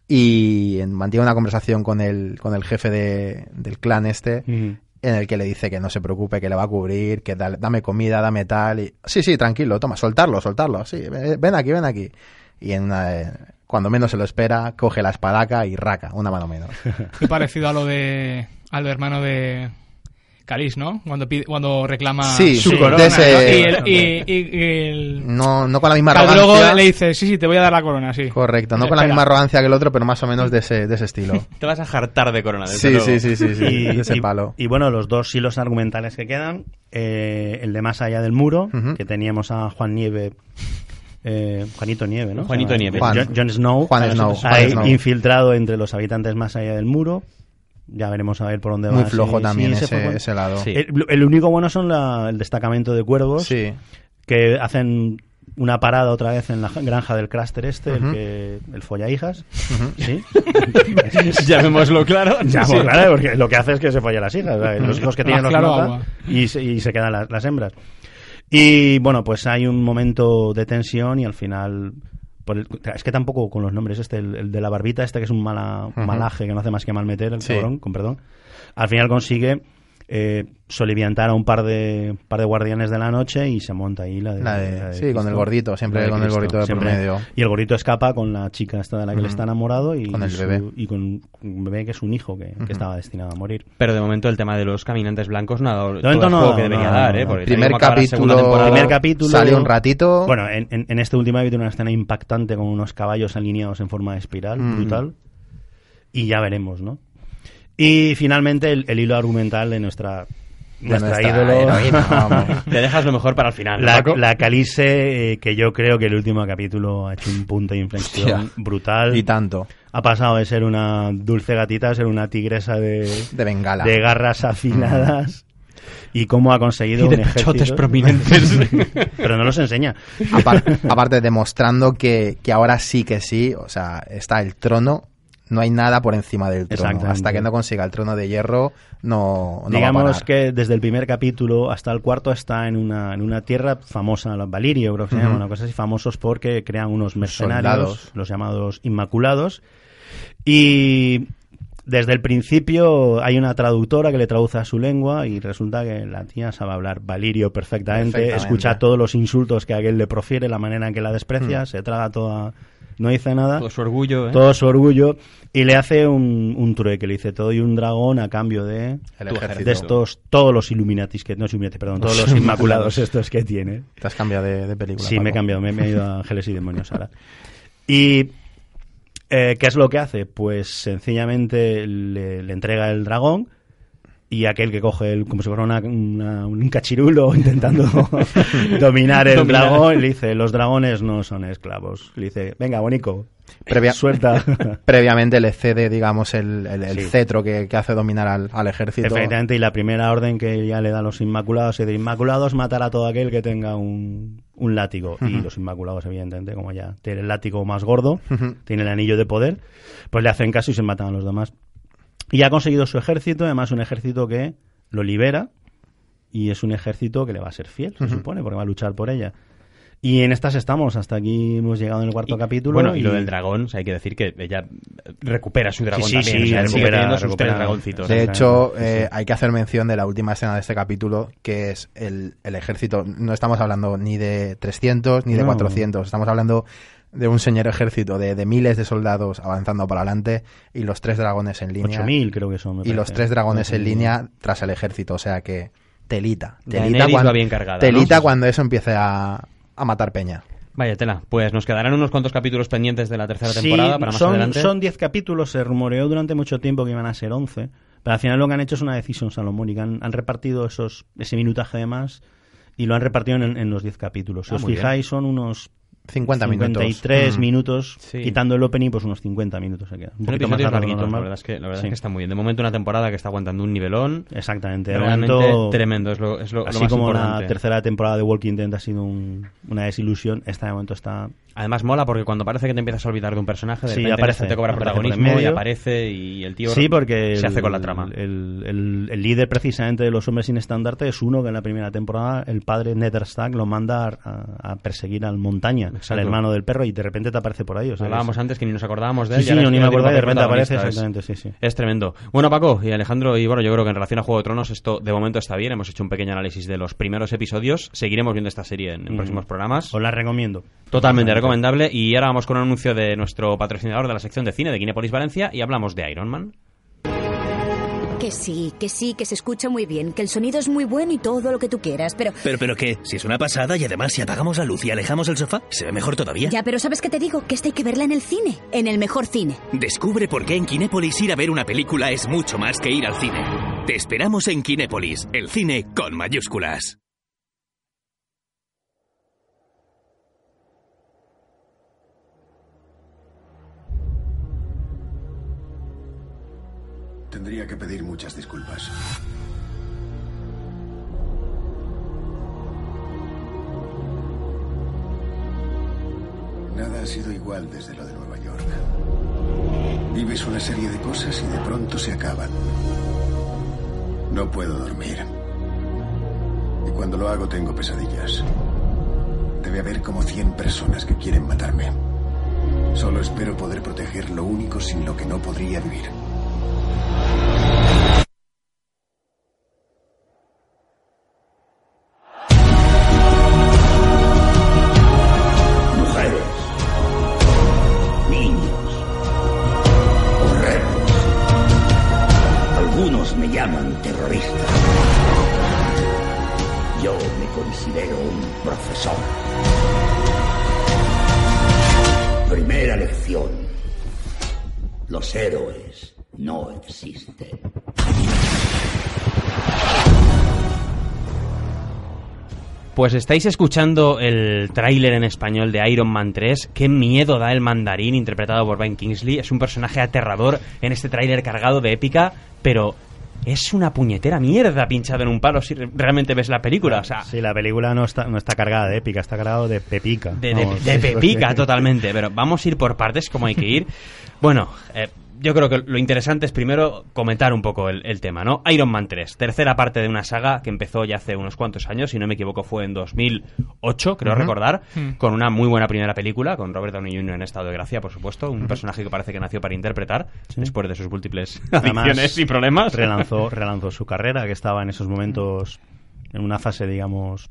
Speaker 2: Y en- mantiene una conversación con el, con el jefe de- del clan este,
Speaker 3: Ujú.
Speaker 2: en el que le dice que no se preocupe, que le va a cubrir, que dale- dame comida, dame tal. Y, sí, sí, tranquilo, toma, soltarlo, soltarlo. Sí, ve- ven aquí, ven aquí. Y en una de- cuando menos se lo espera, coge la espadaca y raca, una mano menos.
Speaker 4: Muy parecido a lo de al de hermano de Calis, ¿no? Cuando pide- cuando reclama
Speaker 2: Sí,
Speaker 4: su
Speaker 3: sí,
Speaker 4: corona.
Speaker 3: de
Speaker 2: ese-
Speaker 4: ¿no? Y el, y, y- y el-
Speaker 2: No, no con la misma
Speaker 4: Khal Drogo
Speaker 2: arrogancia.
Speaker 4: le dice, sí, sí, te voy a dar la corona, sí.
Speaker 2: Correcto, no con la
Speaker 4: Espera.
Speaker 2: misma arrogancia que el otro, pero más o menos de ese, de ese estilo.
Speaker 1: Te vas a jartar de corona, desde
Speaker 2: sí,
Speaker 1: luego.
Speaker 2: sí, sí, sí, sí, de ese palo.
Speaker 3: y bueno, los dos hilos argumentales que quedan, eh, el de más allá del muro,
Speaker 2: Ujú.
Speaker 3: que teníamos a Juan Nieve, eh, Juanito Nieve, ¿no?
Speaker 1: Juanito
Speaker 3: Ah,
Speaker 1: Nieve.
Speaker 3: Jon-
Speaker 2: Juan.
Speaker 3: Jon Snow,
Speaker 2: Juan
Speaker 3: ahí
Speaker 2: Snow, Juan Snow.
Speaker 3: infiltrado entre los habitantes más allá del muro. Ya veremos a ver por dónde va.
Speaker 2: Muy
Speaker 3: Sí,
Speaker 2: flojo
Speaker 3: sí,
Speaker 2: también
Speaker 3: ese fue
Speaker 2: ese,
Speaker 3: bueno.
Speaker 2: ese lado.
Speaker 1: Sí.
Speaker 3: El, el único bueno son la- el destacamento de cuervos
Speaker 2: Sí.
Speaker 3: que hacen una parada otra vez en la granja del cráster este,
Speaker 2: Ujú.
Speaker 3: el que el follahijas, sí.
Speaker 1: Llamémoslo claro.
Speaker 3: Ya,
Speaker 1: Sí.
Speaker 3: pues, claro, porque lo que hace es que se follan las hijas, ¿sabes? los hijos que tienen
Speaker 2: Ah,
Speaker 4: Más
Speaker 3: los
Speaker 4: claro
Speaker 3: mata
Speaker 4: agua.
Speaker 3: y se, y se quedan las, las hembras. Y bueno, pues hay un momento de tensión y al final... por el- es que tampoco con los nombres, este, el, el de la barbita, este que es un mala,
Speaker 2: Ujú.
Speaker 3: malaje que no hace más que mal meter, el
Speaker 2: Sí.
Speaker 3: cabrón, con perdón. Al final consigue eh, soliviantar a un par de par de guardianes de la noche y se monta ahí la de,
Speaker 2: La de- sí, con
Speaker 3: Cristo.
Speaker 2: el gordito, siempre
Speaker 3: La de
Speaker 2: con el
Speaker 3: Cristo,
Speaker 2: gordito de por
Speaker 3: siempre.
Speaker 2: medio.
Speaker 3: Y el gorrito escapa con la chica esta de la que le está enamorado y
Speaker 2: Con el
Speaker 3: su-
Speaker 2: bebé.
Speaker 3: y con un bebé que es un hijo que, que
Speaker 2: Ujú.
Speaker 3: estaba destinado a morir.
Speaker 1: Pero de momento el tema de los caminantes blancos no ha dado todo el
Speaker 3: momento no,
Speaker 1: juego que
Speaker 3: no,
Speaker 1: debería
Speaker 3: no,
Speaker 1: dar,
Speaker 3: no,
Speaker 1: ¿eh?
Speaker 3: no.
Speaker 1: Porque tal y
Speaker 2: Primer
Speaker 1: como acaba la segunda
Speaker 2: capítulo,
Speaker 1: temporada-
Speaker 3: Primer capítulo-
Speaker 2: Sale un ratito.
Speaker 3: Bueno, en, en- en este último capítulo una escena impactante con unos caballos alineados en forma de espiral,
Speaker 2: Mm.
Speaker 3: brutal. Y ya veremos, ¿no? Y finalmente el, el hilo argumental de nuestra,
Speaker 2: de
Speaker 3: nuestra
Speaker 2: nuestra
Speaker 3: ídolo,
Speaker 2: heroína, eh, vamos.
Speaker 1: Te dejas lo mejor para el final.
Speaker 3: la,
Speaker 1: Paco.
Speaker 3: la Calice, eh, que yo creo que el último capítulo ha hecho un punto de inflexión
Speaker 2: Hostia.
Speaker 3: brutal.
Speaker 2: y tanto.
Speaker 3: ha pasado de ser una dulce gatita a ser una tigresa de,
Speaker 2: De bengala.
Speaker 3: de garras afiladas y cómo ha conseguido
Speaker 1: Y de
Speaker 3: un ejército.
Speaker 1: pechotes prominentes.
Speaker 3: pero no los enseña
Speaker 2: Apar- aparte, demostrando que, que ahora sí que sí, o sea, está el trono, no hay nada por encima del trono.
Speaker 3: Exactamente.
Speaker 2: Hasta que no consiga el trono de hierro, no, no va a
Speaker 3: digamos
Speaker 2: parar.
Speaker 3: que desde el primer capítulo hasta el cuarto está en una, en una tierra famosa los Valirio creo que se llama
Speaker 2: Ujú.
Speaker 3: una cosa así famosos porque crean unos mercenarios
Speaker 2: Soldados.
Speaker 3: los llamados inmaculados y desde el principio hay una traductora que le traduce a su lengua y resulta que la tía sabe hablar valirio perfectamente,
Speaker 2: Perfectamente.
Speaker 3: escucha todos los insultos que aquel le profiere, la manera en que la desprecia,
Speaker 2: Mm.
Speaker 3: se traga toda... No dice nada,
Speaker 1: Todo su orgullo, ¿eh?
Speaker 3: todo su orgullo y le hace un, un trueque, le dice todo y un dragón a cambio de...
Speaker 2: El
Speaker 1: tu
Speaker 2: ejército.
Speaker 3: De estos, todos los Illuminatis que... No, Illuminati, perdón, todos los Inmaculados estos que tiene.
Speaker 2: Te has cambiado de, de película.
Speaker 3: Sí, me he
Speaker 2: Paco.
Speaker 3: cambiado, me, me he ido a Ángeles y Demonios ahora. ¿Y eh, qué es lo que hace? Pues sencillamente le, le entrega el dragón y aquel que coge el, como si fuera una- una- un cachirulo intentando dominar el
Speaker 1: Dominar.
Speaker 3: dragón, le dice, los dragones no son esclavos. Le dice, venga, bonico,
Speaker 2: Previa-
Speaker 3: suelta.
Speaker 2: previamente le cede, digamos, el, el- el
Speaker 3: Sí.
Speaker 2: cetro que, que hace dominar al, al ejército.
Speaker 3: Efectivamente, y la primera orden que ya le da a los Inmaculados es de Inmaculados matar a todo aquel que tenga un, un látigo. Y los Inmaculados, evidentemente, como ya tiene el látigo más gordo,
Speaker 2: Ujú.
Speaker 3: tiene el anillo de poder, pues le hacen caso y se matan a los demás. Y ha conseguido su ejército, además un ejército que lo libera y es un ejército que le va a ser fiel, se supone, porque va a luchar por ella. Y en estas estamos, hasta aquí hemos llegado en el cuarto
Speaker 1: Y-
Speaker 3: capítulo.
Speaker 1: Bueno, y lo del dragón, o sea, hay que decir que ella recupera su dragón
Speaker 3: sí,
Speaker 1: también.
Speaker 3: sí,
Speaker 1: o sea,
Speaker 3: recupera-
Speaker 1: sigue teniendo sus
Speaker 3: recupera-
Speaker 1: tres dragoncitos.
Speaker 3: Sí.
Speaker 2: De hecho,
Speaker 3: Sí, sí.
Speaker 2: eh, hay que hacer mención de la última escena de este capítulo, que es el, el ejército. No estamos hablando ni de 300 ni de
Speaker 3: No.
Speaker 2: 400, estamos hablando de un señor ejército de, de miles de soldados avanzando para adelante y los tres dragones en línea.
Speaker 3: 8.000 creo que son. me
Speaker 2: y los
Speaker 3: parece.
Speaker 2: tres dragones en
Speaker 3: 8.000.
Speaker 2: línea tras el ejército, o sea que telita.
Speaker 1: Daenerys
Speaker 2: Telita,
Speaker 1: va
Speaker 2: cuando,
Speaker 1: bien cargada,
Speaker 2: telita
Speaker 1: ¿no?
Speaker 2: cuando eso empiece a, a matar peña.
Speaker 1: Vaya tela, pues nos quedarán unos cuantos capítulos pendientes de la tercera
Speaker 3: Sí,
Speaker 1: temporada para más
Speaker 3: son,
Speaker 1: adelante.
Speaker 3: Son 10 capítulos, se rumoreó durante mucho tiempo que iban a ser 11, pero al final lo que han hecho es una decisión salomónica. Han, han repartido esos, ese minutaje de más y lo han repartido en, en los 10 capítulos. Si
Speaker 1: Ah,
Speaker 3: os
Speaker 1: muy
Speaker 3: fijáis, son unos
Speaker 2: 50 minutos.
Speaker 3: 53
Speaker 2: Mm.
Speaker 3: minutos,
Speaker 1: Sí.
Speaker 3: quitando el opening, pues unos 50 minutos se queda. Un
Speaker 1: Un
Speaker 3: poquito más
Speaker 1: episodio
Speaker 3: largo de lo
Speaker 1: larguito, la
Speaker 3: normal.
Speaker 1: verdad, es que, la verdad
Speaker 3: Sí.
Speaker 1: es que está muy bien. De momento una temporada que está aguantando un nivelón
Speaker 3: Exactamente. de
Speaker 1: realmente
Speaker 3: momento,
Speaker 1: tremendo, es lo, es lo- lo
Speaker 3: Así
Speaker 1: más
Speaker 3: como
Speaker 1: importante.
Speaker 3: la tercera temporada de Walking Dead ha sido un- una desilusión, esta de momento está
Speaker 1: Además mola porque cuando parece que te empiezas a olvidar de un personaje, de
Speaker 3: Sí,
Speaker 1: repente
Speaker 3: aparece,
Speaker 1: este te cobra
Speaker 3: aparece por en
Speaker 1: protagonismo y
Speaker 3: medio.
Speaker 1: aparece y el tío
Speaker 3: Sí, porque
Speaker 1: se hace
Speaker 3: el-
Speaker 1: con la trama.
Speaker 3: El, el- el líder precisamente de los hombres sin estandarte es uno que en la primera temporada el padre Netherstack lo manda a, a perseguir al montaña, al
Speaker 1: Exacto.
Speaker 3: hermano del perro, y de repente te aparece por ahí. O sea,
Speaker 1: Hablábamos
Speaker 3: es-
Speaker 1: antes que ni nos acordábamos de
Speaker 3: Sí,
Speaker 1: él.
Speaker 3: sí,
Speaker 1: y ahora
Speaker 3: yo
Speaker 1: es
Speaker 3: ni
Speaker 1: que ya
Speaker 3: me
Speaker 1: tiene
Speaker 3: acordaba y de
Speaker 1: papel
Speaker 3: repente aparece.
Speaker 1: protagonista, es-
Speaker 3: Exactamente, sí, sí.
Speaker 1: Es tremendo. Bueno, Paco y Alejandro, y bueno, yo creo que en relación a Juego de Tronos esto de momento está bien. Hemos hecho un pequeño análisis de los primeros episodios. Seguiremos viendo esta serie en, en
Speaker 3: Mm.
Speaker 1: próximos programas.
Speaker 3: Os la recomiendo.
Speaker 1: Totalmente recomendable. Y ahora vamos con un anuncio de nuestro patrocinador de la sección de cine de Kinepolis Valencia y hablamos de Iron Man.
Speaker 5: Que sí, que sí, que se escucha muy bien, que el sonido es muy bueno y todo lo que tú quieras, pero...
Speaker 6: Pero, pero qué, si es una pasada y además si apagamos la luz y alejamos el sofá, se ve mejor todavía.
Speaker 5: Ya, pero ¿sabes qué te digo? Que esta hay que verla en el cine, en el mejor cine.
Speaker 6: Descubre por qué en Kinépolis ir a ver una película es mucho más que ir al cine. Te esperamos en Kinépolis, el cine con mayúsculas.
Speaker 7: Tendría que pedir muchas disculpas. Nada ha sido igual desde lo de Nueva York. Vives una serie de cosas y de pronto se acaban. No puedo dormir. Y cuando lo hago tengo pesadillas. Debe haber como 100 personas que quieren matarme. Solo espero poder proteger lo único sin lo que no podría vivir.
Speaker 8: mujeres, niños, borregos. Algunos me llaman terrorista. Yo me considero un profesor. Primera lección. Los héroes no existen.
Speaker 1: Pues estáis escuchando el tráiler en español de Iron Man 3. Qué miedo da el mandarín interpretado por Ben Kingsley. Es un personaje aterrador en este tráiler cargado de épica, pero es una puñetera mierda pinchado en un palo si re- realmente ves la película. O sea,
Speaker 3: Sí, la película no está, no está cargada de épica, está cargada de pepica.
Speaker 1: de, de-
Speaker 3: Vamos,
Speaker 1: de
Speaker 3: es lo
Speaker 1: pepica
Speaker 3: que-
Speaker 1: totalmente. Pero vamos a ir por partes como hay que ir. Bueno, eh, yo creo que lo interesante es primero comentar un poco el, el tema, ¿no? Iron Man 3, tercera parte de una saga que empezó ya hace unos cuantos años, si no me equivoco fue en 2008, creo recordar,
Speaker 4: Mm.
Speaker 1: con una muy buena primera película, con Robert Downey Jr. en estado de gracia, por supuesto, un personaje que parece que nació para interpretar, después de sus múltiples
Speaker 3: Además,
Speaker 1: adicciones y problemas.
Speaker 3: Relanzó, relanzó su carrera, que estaba en esos momentos en una fase, digamos.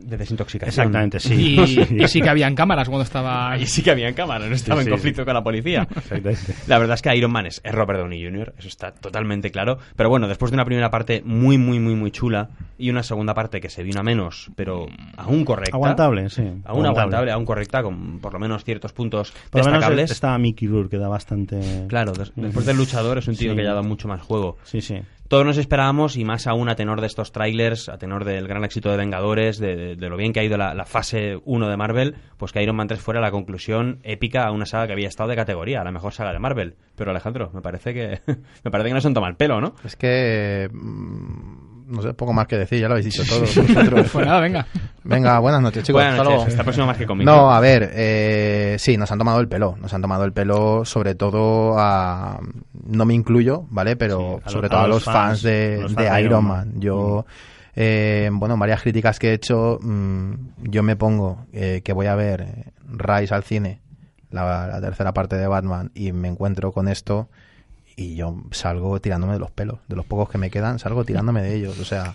Speaker 1: De desintoxicación.
Speaker 3: Exactamente, sí.
Speaker 4: Y, y sí que habían cámaras cuando estaba...
Speaker 1: Y sí que había en cámara, no estaba
Speaker 3: Sí, sí,
Speaker 1: en conflicto con la policía.
Speaker 3: Exactamente.
Speaker 1: La verdad es que Iron Man es, es Robert Downey Jr., eso está totalmente claro. Pero bueno, después de una primera parte muy, muy, muy, muy chula y una segunda parte que se vino a menos, pero aún correcta.
Speaker 3: Aguantable, sí.
Speaker 1: Aún aguantable, aún correcta, con por lo menos ciertos puntos
Speaker 3: Por lo menos
Speaker 1: destacables.
Speaker 3: estaba Mickey Rourke, que da bastante.
Speaker 1: Claro, des- después del luchador es un tío
Speaker 3: Sí.
Speaker 1: que ya da mucho más juego.
Speaker 3: Sí, sí.
Speaker 1: Todos nos esperábamos, y más aún a tenor de estos trailers, a tenor del gran éxito de Vengadores, de, de- de lo bien que ha ido la, la fase 1 de Marvel, pues que Iron Man 3 fuera la conclusión épica a una saga que había estado de categoría, a la mejor saga de Marvel. Pero Alejandro, me parece que me parece que no se han tomado el pelo, ¿no?
Speaker 2: Es que. mm, No sé, poco más que decir, ya lo habéis dicho todo. vosotros.
Speaker 4: Pues nada, venga.
Speaker 2: Venga, buenas noches, chicos.
Speaker 1: Buenas
Speaker 2: Hasta
Speaker 1: noches,
Speaker 2: luego.
Speaker 1: hasta la próxima más que conmigo.
Speaker 2: No, a ver, eh, sí, nos han tomado el pelo. Nos han tomado el pelo, sobre todo a. No me incluyo, ¿vale? Pero
Speaker 3: Sí, a
Speaker 2: sobre
Speaker 3: lo-
Speaker 2: todo
Speaker 3: a
Speaker 2: a
Speaker 3: los
Speaker 2: los fans,
Speaker 3: fans,
Speaker 2: de,
Speaker 3: los
Speaker 2: de
Speaker 3: fans de
Speaker 2: Iron
Speaker 3: Iron
Speaker 2: Man.
Speaker 3: Man. Mm.
Speaker 2: Yo. eh, bueno, varias críticas que he hecho. mm, yo me pongo eh, que voy a ver eh, Rise al cine, la, la tercera parte de Batman, y me encuentro con esto. Y yo salgo tirándome de los pelos. De los pocos que me quedan, salgo tirándome de ellos. O sea.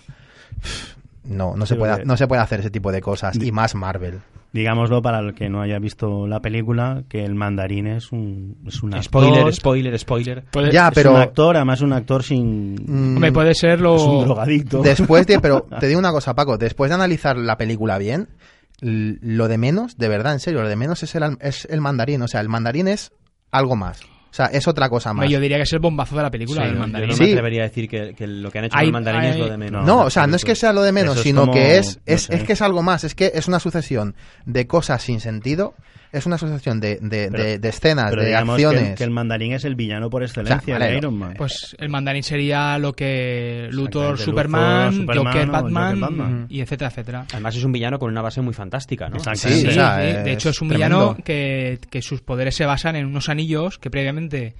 Speaker 2: No, no se,
Speaker 3: Sí,
Speaker 2: puede,
Speaker 3: porque-
Speaker 2: no se puede hacer ese tipo de cosas. Y más Marvel.
Speaker 3: Digámoslo para el que no haya visto la película, que el mandarín es un, es un actor.
Speaker 1: Spoiler, spoiler, spoiler.
Speaker 4: Puede-
Speaker 2: Ya,
Speaker 3: Es
Speaker 2: pero-
Speaker 3: un actor, además un actor sin.
Speaker 2: Mm,
Speaker 4: Hombre, puede ser lo...
Speaker 3: Es un drogadicto.
Speaker 2: Después de, pero te digo una cosa, Paco, después de analizar la película bien, l- lo de menos, de verdad, en serio, lo de menos es el, al- es el mandarín. O sea, el mandarín es algo más. O sea, es otra cosa más.
Speaker 4: No, yo diría que es el bombazo de la película,
Speaker 1: Sí,
Speaker 4: el
Speaker 1: yo-
Speaker 4: mandarín.
Speaker 1: Yo no
Speaker 2: Sí.
Speaker 1: me atrevería a decir que, que lo que han hecho
Speaker 4: Hay-
Speaker 1: con el mandarín es
Speaker 4: hay-
Speaker 1: lo de menos.
Speaker 2: No, o sea, no es que sea lo de menos,
Speaker 3: Eso es
Speaker 2: sino
Speaker 3: como-
Speaker 2: que es,
Speaker 3: no
Speaker 2: es,
Speaker 3: sé.
Speaker 2: es que es algo más, es que es una sucesión de cosas sin sentido, es una sucesión de, de,
Speaker 3: Pero-
Speaker 2: de- de escenas,
Speaker 3: Pero
Speaker 2: de
Speaker 3: digamos que el-
Speaker 2: acciones.
Speaker 3: Que, el mandarín es el villano por excelencia
Speaker 2: vale,
Speaker 3: de Iron Man.
Speaker 4: Pues el mandarín sería lo que Luthor,
Speaker 3: Luthor,
Speaker 4: Superman,
Speaker 3: Superman,
Speaker 4: Joker,
Speaker 3: o
Speaker 4: Batman,
Speaker 3: Joker, Batman.
Speaker 4: y etcétera, etcétera.
Speaker 1: Además es un villano con una base muy fantástica, ¿no?
Speaker 3: Exacto.
Speaker 4: Sí,
Speaker 3: Sí,
Speaker 4: sí,
Speaker 3: o
Speaker 2: sea,
Speaker 4: sí. de
Speaker 2: es
Speaker 4: hecho es un
Speaker 2: tremendo.
Speaker 4: villano que, que sus poderes se basan en unos anillos que previamente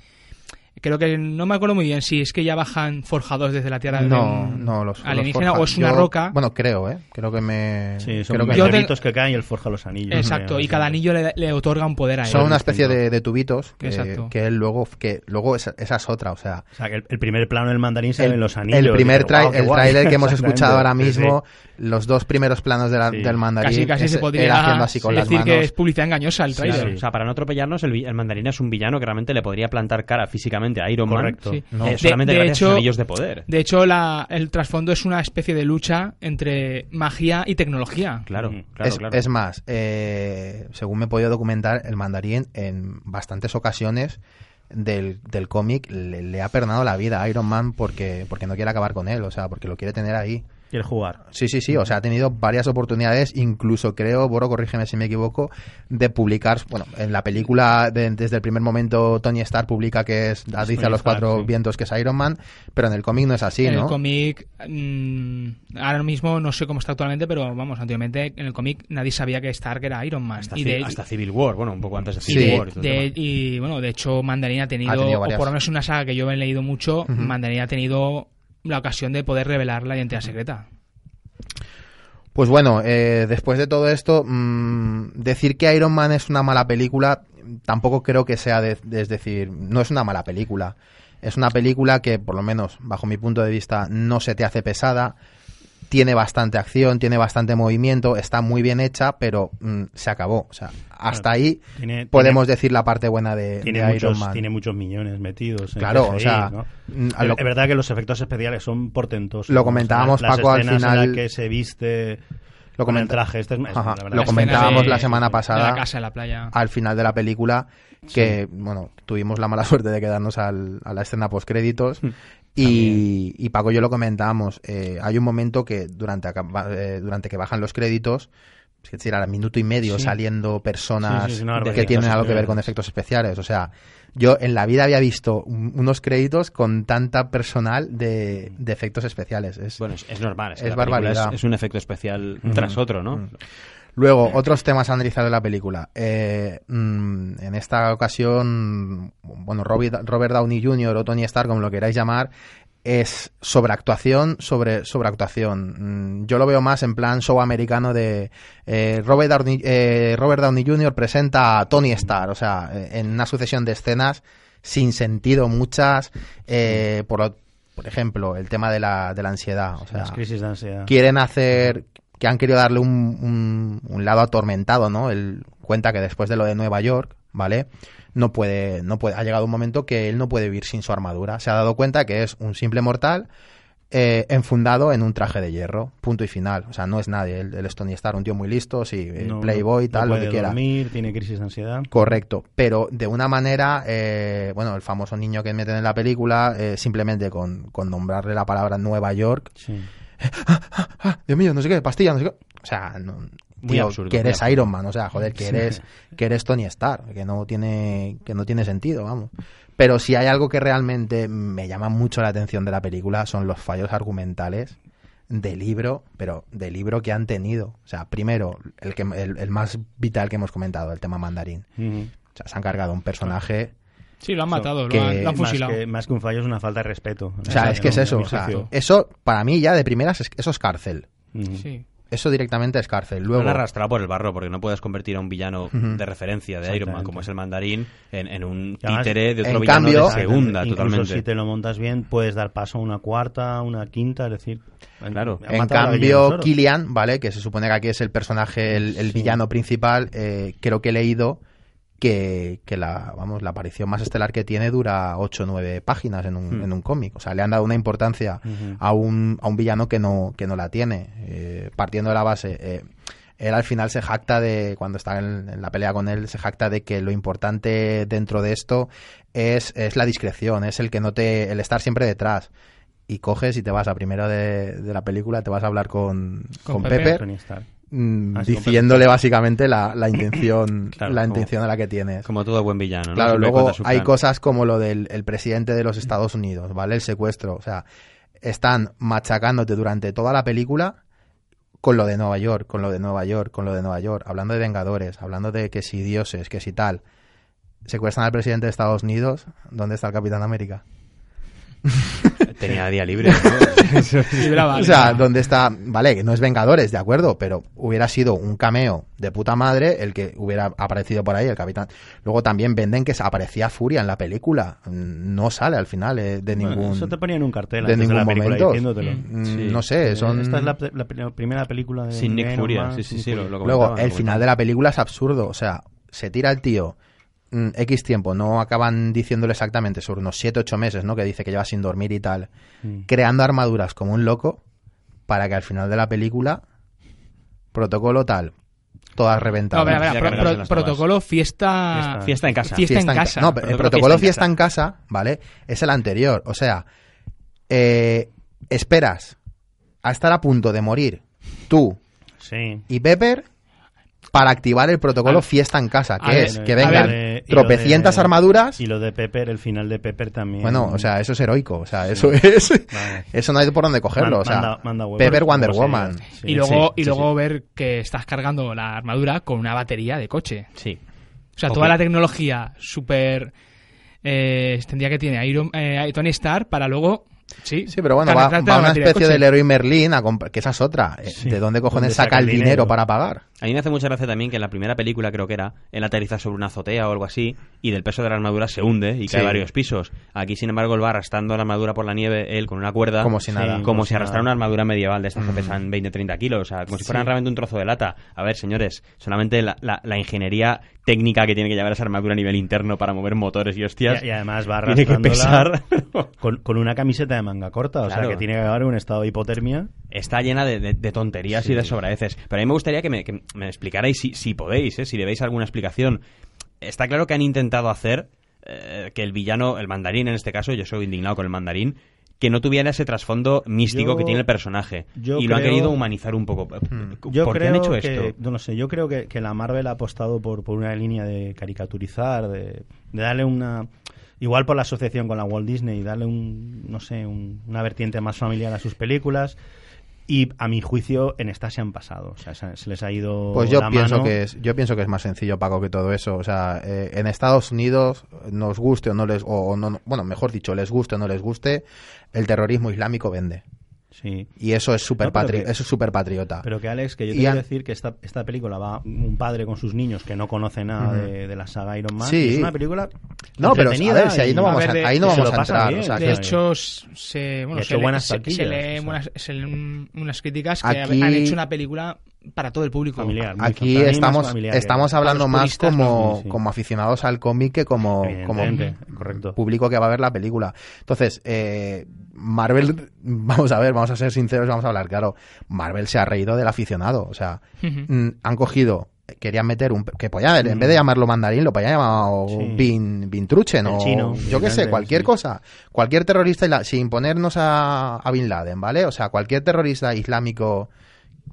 Speaker 4: creo que no me acuerdo muy bien si es que ya bajan forjados desde la Tierra de
Speaker 2: no,
Speaker 4: un
Speaker 2: no, los, los
Speaker 4: alienígena
Speaker 2: forja-
Speaker 4: o es una
Speaker 2: yo-
Speaker 4: roca.
Speaker 2: Bueno, creo, ¿eh? Creo que me.
Speaker 3: Sí, son
Speaker 2: creo que
Speaker 4: Yo te-
Speaker 3: meteoritos que caen y él forja los anillos.
Speaker 4: Exacto,
Speaker 3: Sí,
Speaker 4: y cada anillo le, le otorga un poder a él.
Speaker 2: son una especie de, de tubitos que,
Speaker 4: Exacto.
Speaker 2: que él luego. que luego esa, esa es otra, o sea.
Speaker 3: O sea, que el, el primer plano del mandarín se ven los anillos.
Speaker 2: el primer
Speaker 3: Dices, "Guau,
Speaker 2: trai-
Speaker 3: qué
Speaker 2: el
Speaker 3: guay".
Speaker 2: tráiler que hemos escuchado ahora
Speaker 3: Exactamente, sí,
Speaker 2: mismo, los dos primeros planos de la-
Speaker 3: Sí.
Speaker 2: del mandarín,
Speaker 4: Casi, casi
Speaker 2: es
Speaker 4: se
Speaker 2: él
Speaker 4: podría
Speaker 2: haciendo así con las
Speaker 4: decir que
Speaker 2: manos.
Speaker 4: es publicidad engañosa el
Speaker 1: Sí,
Speaker 4: trailer.
Speaker 1: O sea, para no atropellarnos, el, vi- el mandarín es un villano que realmente le podría plantar cara físicamente a Iron
Speaker 3: Correcto.
Speaker 1: Man.
Speaker 4: Sí.
Speaker 1: eh,
Speaker 4: No. De-
Speaker 1: solamente
Speaker 4: de
Speaker 1: gracias a
Speaker 4: hecho-
Speaker 1: sus anillos de poder.
Speaker 4: De hecho, la- el trasfondo es una especie de lucha entre magia y tecnología.
Speaker 1: Claro,
Speaker 3: Mm.
Speaker 1: claro,
Speaker 2: es,
Speaker 1: claro.
Speaker 2: es más, eh, según me he podido documentar, el mandarín en bastantes ocasiones del, del cómic le, le ha perdonado la vida a Iron Man porque, porque no quiere acabar con él, o sea, porque lo quiere tener ahí.
Speaker 3: Quiere jugar.
Speaker 2: Sí, sí, sí, o sea, ha tenido varias oportunidades, incluso creo, Boro, corrígeme si me equivoco, de publicar, bueno, en la película de- desde el primer momento Tony Stark publica que es, dice a los
Speaker 3: Stark,
Speaker 2: cuatro
Speaker 3: sí.
Speaker 2: vientos que es Iron Man, pero en el cómic no es así,
Speaker 4: en el
Speaker 2: ¿no?
Speaker 4: cómic, mm, ahora mismo no sé cómo está actualmente, pero vamos, antiguamente en el cómic nadie sabía que Stark era Iron Man.
Speaker 1: Hasta,
Speaker 4: y
Speaker 1: Ci-
Speaker 4: de,
Speaker 1: hasta Civil War, bueno, un poco antes de
Speaker 4: y
Speaker 1: Civil
Speaker 4: de-
Speaker 1: War. y todo el
Speaker 4: de-
Speaker 1: tema.
Speaker 4: y, bueno, de hecho, Mandarín ha tenido,
Speaker 2: Ha tenido
Speaker 4: o
Speaker 2: varias.
Speaker 4: por lo menos una saga que yo he leído mucho, Mandarín ha tenido la ocasión de poder revelar la identidad secreta.
Speaker 2: Pues bueno, eh, después de todo esto, mm, decir que Iron Man es una mala película, tampoco creo que sea, de- de- es decir, no es una mala película. Es una película que, por lo menos bajo mi punto de vista, no se te hace pesada, tiene bastante acción, tiene bastante movimiento, está muy bien hecha, pero mm, se acabó. O sea, hasta ahí
Speaker 3: Tiene-
Speaker 2: podemos decir la parte buena de,
Speaker 3: Tiene,
Speaker 2: de Iron
Speaker 3: muchos,
Speaker 2: Man.
Speaker 3: tiene muchos millones metidos. en
Speaker 2: Claro,
Speaker 3: CGI,
Speaker 2: o sea,
Speaker 3: ¿no?
Speaker 2: mm, a lo-
Speaker 3: Es verdad que los efectos especiales son portentosos.
Speaker 2: Lo
Speaker 3: ¿no? O sea,
Speaker 2: comentábamos,
Speaker 3: las
Speaker 2: Paco, al
Speaker 3: escenas en
Speaker 2: final-
Speaker 3: las que se viste
Speaker 2: Lo
Speaker 3: con el
Speaker 2: comenta-
Speaker 3: traje. Este es, es-
Speaker 2: Ajá,
Speaker 3: la verdad
Speaker 2: lo
Speaker 3: es-
Speaker 2: comentábamos
Speaker 4: de-
Speaker 2: la semana
Speaker 4: De
Speaker 2: pasada.
Speaker 4: la casa, en la playa.
Speaker 2: al final de la película que bueno tuvimos la mala suerte de quedarnos al- a la escena post créditos
Speaker 3: Hmm.
Speaker 2: y, y Paco y yo lo comentábamos eh, hay un momento que durante acaba- eh, durante que bajan los créditos es que era minuto y medio saliendo personas
Speaker 3: Sí, sí, sí, una
Speaker 2: que
Speaker 3: barbaridad.
Speaker 2: tienen algo que ver
Speaker 3: Efectos
Speaker 2: con efectos especiales o sea yo en la vida había visto un- unos créditos con tanta personal de, de efectos especiales es,
Speaker 1: Bueno, es, es normal. Es, que la
Speaker 2: es
Speaker 1: película
Speaker 2: barbaridad.
Speaker 1: Es, es un efecto especial tras otro, ¿no?
Speaker 2: Luego, otros temas a analizar de la película. Eh, mm, en esta ocasión, bueno, Robert, Robert Downey Jr. o Tony Stark, como lo queráis llamar, es sobreactuación sobre sobreactuación. Mm, Yo lo veo más en plan show americano de eh, Robert, Downey, eh, Robert Downey Jr. presenta a Tony Stark, o sea, eh, en una sucesión de escenas sin sentido muchas, eh, por, lo- por ejemplo, el tema de la, de la ansiedad. O sea,
Speaker 3: Las crisis de ansiedad.
Speaker 2: quieren hacer que han querido darle un, un- un lado atormentado, ¿no? Él cuenta que después de lo de Nueva York, ¿vale? No puede, no puede, ha llegado un momento que él no puede vivir sin su armadura. Se ha dado cuenta que es un simple mortal eh, enfundado en un traje de hierro, punto y final. O sea, no es nadie, él, él es Tony Stark, un tío muy listo, sí, eh,
Speaker 3: No-
Speaker 2: playboy,
Speaker 3: no
Speaker 2: tal, lo
Speaker 3: puede
Speaker 2: que quiera.
Speaker 3: dormir, tiene crisis de ansiedad.
Speaker 2: Correcto, pero de una manera, eh, bueno, el famoso niño que meten en la película, eh, simplemente con, con nombrarle la palabra Nueva York,
Speaker 3: Sí.
Speaker 2: ah, Dios mío, no sé qué, pastilla, no sé qué. O sea, no,
Speaker 1: Muy
Speaker 2: tío,
Speaker 1: absurdo,
Speaker 2: que
Speaker 1: muy
Speaker 2: eres
Speaker 1: absurdo.
Speaker 2: Iron Man, o sea, joder, que eres, que eres Tony Stark, que no tiene, que no tiene sentido, vamos. Pero si hay algo que realmente me llama mucho la atención de la película son los fallos argumentales de libro, pero de libro que han tenido. O sea, primero, el, que, el, el más vital que hemos comentado, el tema mandarín.
Speaker 3: Ujú.
Speaker 2: O sea, se han cargado un personaje
Speaker 4: Sí, lo han matado,
Speaker 2: que-
Speaker 4: lo han, lo han
Speaker 2: más
Speaker 4: fusilado.
Speaker 3: Más que, más que un fallo es una falta de respeto.
Speaker 2: O sea, es que es eso.
Speaker 3: mi
Speaker 2: o sea,
Speaker 3: juicio.
Speaker 2: eso, para mí, ya de primeras, es- eso es cárcel.
Speaker 3: Ujú.
Speaker 4: Sí.
Speaker 2: Eso directamente es
Speaker 1: Lo
Speaker 2: cárcel.
Speaker 1: han
Speaker 2: Luego,
Speaker 1: arrastrado por el barro porque no puedes convertir a un villano de referencia de Iron Man
Speaker 3: Exactamente.
Speaker 1: como es el mandarín en, en un
Speaker 3: Y además,
Speaker 1: títere de otro
Speaker 2: en
Speaker 1: villano
Speaker 2: cambio-
Speaker 1: de segunda
Speaker 3: Incluso
Speaker 1: totalmente.
Speaker 3: si te lo montas bien, puedes dar paso a una cuarta, a una quinta, es decir...
Speaker 1: Claro.
Speaker 3: ha
Speaker 2: En
Speaker 3: matado a la
Speaker 2: cambio,
Speaker 3: Guillermo Toro.
Speaker 2: Killian, ¿vale? Que se supone que aquí es el personaje, el, el villano principal, eh, creo que he leído que, que la, vamos, la aparición más estelar que tiene dura 8 o 9 páginas en
Speaker 3: Hmm.
Speaker 2: un, en un cómic. O sea, le han dado una importancia a, un, a un villano que no, que no la tiene. Eh, partiendo de la base, eh, él al final se jacta de, cuando está en, en la pelea con él, se jacta de que lo importante dentro de esto es, es la discreción, es el que no te, el estar siempre detrás. Y coges y te vas a primero de, de la película, te vas a hablar con,
Speaker 4: Con
Speaker 2: con,
Speaker 4: Pepper.
Speaker 2: Pepper,
Speaker 3: Tony Stark.
Speaker 2: mm,
Speaker 3: Ah, sí, con
Speaker 2: diciéndole básicamente la, la intención,
Speaker 1: Claro,
Speaker 2: la
Speaker 1: como-
Speaker 2: intención a la que tienes.
Speaker 1: Como todo buen villano, ¿no?
Speaker 2: Claro,
Speaker 1: Siempre
Speaker 2: luego
Speaker 1: cuenta su
Speaker 2: hay
Speaker 1: plan.
Speaker 2: cosas como lo del el presidente de los Estados Unidos, ¿vale? El secuestro. O sea, están machacándote durante toda la película con lo de Nueva York, con lo de Nueva York, con lo de Nueva York, hablando de Vengadores, hablando de que si dioses, que si tal. Secuestran al presidente de Estados Unidos, ¿dónde está el Capitán América?
Speaker 1: Tenía día libre, ¿no?
Speaker 4: Libraba,
Speaker 2: o sea,
Speaker 4: libraba.
Speaker 2: donde está, vale, que no es Vengadores, de acuerdo, pero hubiera sido un cameo de puta madre el que hubiera aparecido por ahí el capitán. Luego también venden que se- aparecía Furia en la película, Mm, no sale al final eh, de
Speaker 3: Bueno,
Speaker 2: ningún
Speaker 3: Eso te ponían un cartel
Speaker 2: de
Speaker 3: antes de la
Speaker 2: ningún
Speaker 3: película
Speaker 2: momento.
Speaker 3: diciéndotelo. Eh,
Speaker 2: Mm,
Speaker 1: Sí.
Speaker 2: no sé, son
Speaker 3: Esta es la, la pri- primera película de
Speaker 1: Sin Nick
Speaker 3: Venom
Speaker 1: Furia,
Speaker 3: Man,
Speaker 1: sí, sí,
Speaker 3: sin
Speaker 1: sí,
Speaker 3: Nick
Speaker 1: lo, lo
Speaker 3: Furia.
Speaker 2: Luego,
Speaker 1: comentaba,
Speaker 2: el
Speaker 1: lo
Speaker 2: final de la película es absurdo. O sea, se tira el tío mm, X tiempo, no acaban diciéndole exactamente, sobre unos 7-8 meses, ¿no? Que dice que lleva sin dormir y tal.
Speaker 3: Mm.
Speaker 2: Creando armaduras como un loco para que al final de la película, protocolo tal, todas
Speaker 4: No,
Speaker 2: reventadas.
Speaker 4: espera, espera,
Speaker 1: Ya
Speaker 4: pro-
Speaker 1: cargadas
Speaker 4: pro-
Speaker 1: en las tablas.
Speaker 4: protocolo fiesta...
Speaker 1: comentaba. Fiesta en casa.
Speaker 4: Fiesta en casa.
Speaker 2: No,
Speaker 1: Protocolo
Speaker 2: el protocolo
Speaker 1: fiesta
Speaker 2: fiesta en casa, ¿vale? Es el anterior. O sea, eh, esperas a estar a punto de morir tú
Speaker 3: Sí.
Speaker 2: y Pepper para activar el protocolo
Speaker 4: A-
Speaker 2: fiesta en casa,
Speaker 4: a
Speaker 2: que
Speaker 4: ver,
Speaker 2: es que
Speaker 4: a
Speaker 2: vengan
Speaker 3: ver. Y lo de-
Speaker 2: tropecientas armaduras.
Speaker 3: Y lo de Pepper, el final de Pepper también.
Speaker 2: Bueno, o sea, eso es heroico, o sea, eso es
Speaker 3: Vale.
Speaker 2: eso no hay por dónde cogerlo, o sea,
Speaker 3: Manda- manda huevos,
Speaker 2: Pepper
Speaker 3: como
Speaker 2: Wonder
Speaker 3: se
Speaker 2: Woman.
Speaker 3: diga. Sí,
Speaker 4: y luego,
Speaker 3: sí,
Speaker 4: y
Speaker 3: sí,
Speaker 4: luego ver que estás cargando la armadura con una batería de coche.
Speaker 1: en casa. Sí.
Speaker 4: O sea,
Speaker 1: Ok.
Speaker 4: toda la tecnología súper eh, extendida que tiene Iron, eh, Tony Stark para luego... Sí,
Speaker 2: Sí, pero bueno, va,
Speaker 4: cargarte
Speaker 2: va
Speaker 4: la
Speaker 2: una
Speaker 4: batería de
Speaker 2: especie
Speaker 4: coche.
Speaker 2: del héroe Merlín a comprar, que esa es otra, eh,
Speaker 3: Sí.
Speaker 2: ¿de dónde cojones
Speaker 3: ¿Dónde
Speaker 2: saca el dinero, para pagar?
Speaker 1: A mí me hace mucha gracia también que en la primera película, creo que era, él aterriza sobre una azotea o algo así, y del peso de la armadura se hunde y cae
Speaker 2: Sí.
Speaker 1: varios pisos. Aquí, sin embargo, él va arrastrando la armadura por la nieve, él con una cuerda.
Speaker 2: Como si nada.
Speaker 1: como
Speaker 3: como
Speaker 1: si
Speaker 3: si
Speaker 1: arrastrara
Speaker 3: nada.
Speaker 1: una armadura medieval de estas que pesan 20-30 kilos, o sea, como si fueran realmente un trozo de lata. A ver, señores, solamente la, la- la ingeniería técnica que tiene que llevar esa armadura a nivel interno para mover motores y hostias
Speaker 3: Y, y además va
Speaker 1: tiene que
Speaker 3: arrastrándola
Speaker 1: pesar.
Speaker 3: con, con una camiseta de manga corta, o
Speaker 1: Claro.
Speaker 3: sea, que tiene que haber un estado de hipotermia.
Speaker 1: está llena de, de- de tonterías y de sobredeces. Pero a mí me gustaría que me, que me explicarais, si, si podéis, ¿eh? si le veis alguna explicación. Está claro que han intentado hacer eh, que el villano, el mandarín en este caso, yo soy indignado con el mandarín, que no tuviera ese trasfondo místico
Speaker 3: Yo-
Speaker 1: que tiene el personaje. Y
Speaker 3: yo
Speaker 1: lo han
Speaker 3: creo- Hmm.
Speaker 1: querido humanizar un poco.
Speaker 3: Yo
Speaker 1: ¿Por
Speaker 3: creo
Speaker 1: qué han hecho
Speaker 3: que,
Speaker 1: esto?
Speaker 3: No lo sé, yo creo que, que la Marvel ha apostado por, por una línea de caricaturizar, de, de darle una... Igual por la asociación con la Walt Disney, darle un, no sé, un- una vertiente más familiar a sus películas. Y a mi juicio, en esta se han pasado. O sea, se, se les ha ido
Speaker 2: Pues yo
Speaker 3: la
Speaker 2: pienso
Speaker 3: mano.
Speaker 2: que es, yo pienso que es más sencillo, Paco, que todo eso. O sea, eh, en Estados Unidos, nos guste o no les, o, o no, bueno, mejor dicho, les guste o no les guste, el terrorismo islámico vende.
Speaker 3: Sí.
Speaker 2: Y eso es súper
Speaker 3: No, pero que-
Speaker 2: eso es súper patriota.
Speaker 3: Pero que Alex, que yo
Speaker 2: Y
Speaker 3: te quiero
Speaker 2: an-
Speaker 3: decir que esta, esta película va un padre con sus niños que no conoce nada
Speaker 2: Ujú.
Speaker 3: de, de la saga Iron Man.
Speaker 2: Sí.
Speaker 3: y es una película
Speaker 2: no, pero a
Speaker 3: entretenida
Speaker 2: ver, si ahí no
Speaker 3: y-
Speaker 2: vamos
Speaker 4: a
Speaker 2: a,
Speaker 4: ver, de-
Speaker 2: ahí no
Speaker 3: que se
Speaker 2: vamos
Speaker 3: lo
Speaker 2: a
Speaker 3: pasan
Speaker 2: entrar.
Speaker 3: bien,
Speaker 2: o sea,
Speaker 3: de
Speaker 4: De
Speaker 2: que-
Speaker 3: Claro.
Speaker 4: hecho, s- se, bueno,
Speaker 3: Y ha
Speaker 4: se,
Speaker 3: hecho
Speaker 4: le-
Speaker 3: buenas
Speaker 4: se-
Speaker 3: taquillas,
Speaker 4: se
Speaker 3: o sea.
Speaker 4: leen unas, se leen unas críticas que
Speaker 2: Aquí-
Speaker 4: han hecho una película para todo el público.
Speaker 3: familiar. muy
Speaker 2: Aquí
Speaker 3: familiar,
Speaker 2: estamos,
Speaker 3: más familiar que-
Speaker 2: estamos hablando
Speaker 4: los
Speaker 2: más
Speaker 4: puristas,
Speaker 2: como,
Speaker 3: sí, sí.
Speaker 2: como aficionados al cómic que como, como
Speaker 3: Evidentemente, correcto.
Speaker 2: público que va a ver la película. Entonces, eh, Marvel, vamos a ver, vamos a ser sinceros, vamos a hablar, claro, Marvel se ha reído del aficionado, o sea,
Speaker 4: Ujú.
Speaker 2: mm, han cogido, querían meter un, que podía, en vez de llamarlo mandarín, lo podían llamar
Speaker 3: Mm. Sí.
Speaker 2: bin, bintruchen
Speaker 3: El
Speaker 2: o
Speaker 3: chino,
Speaker 2: yo qué sé,
Speaker 3: evidente,
Speaker 2: cualquier
Speaker 3: sí.
Speaker 2: cosa, cualquier terrorista, isla- sin ponernos a, a Bin Laden, ¿vale? O sea, cualquier terrorista islámico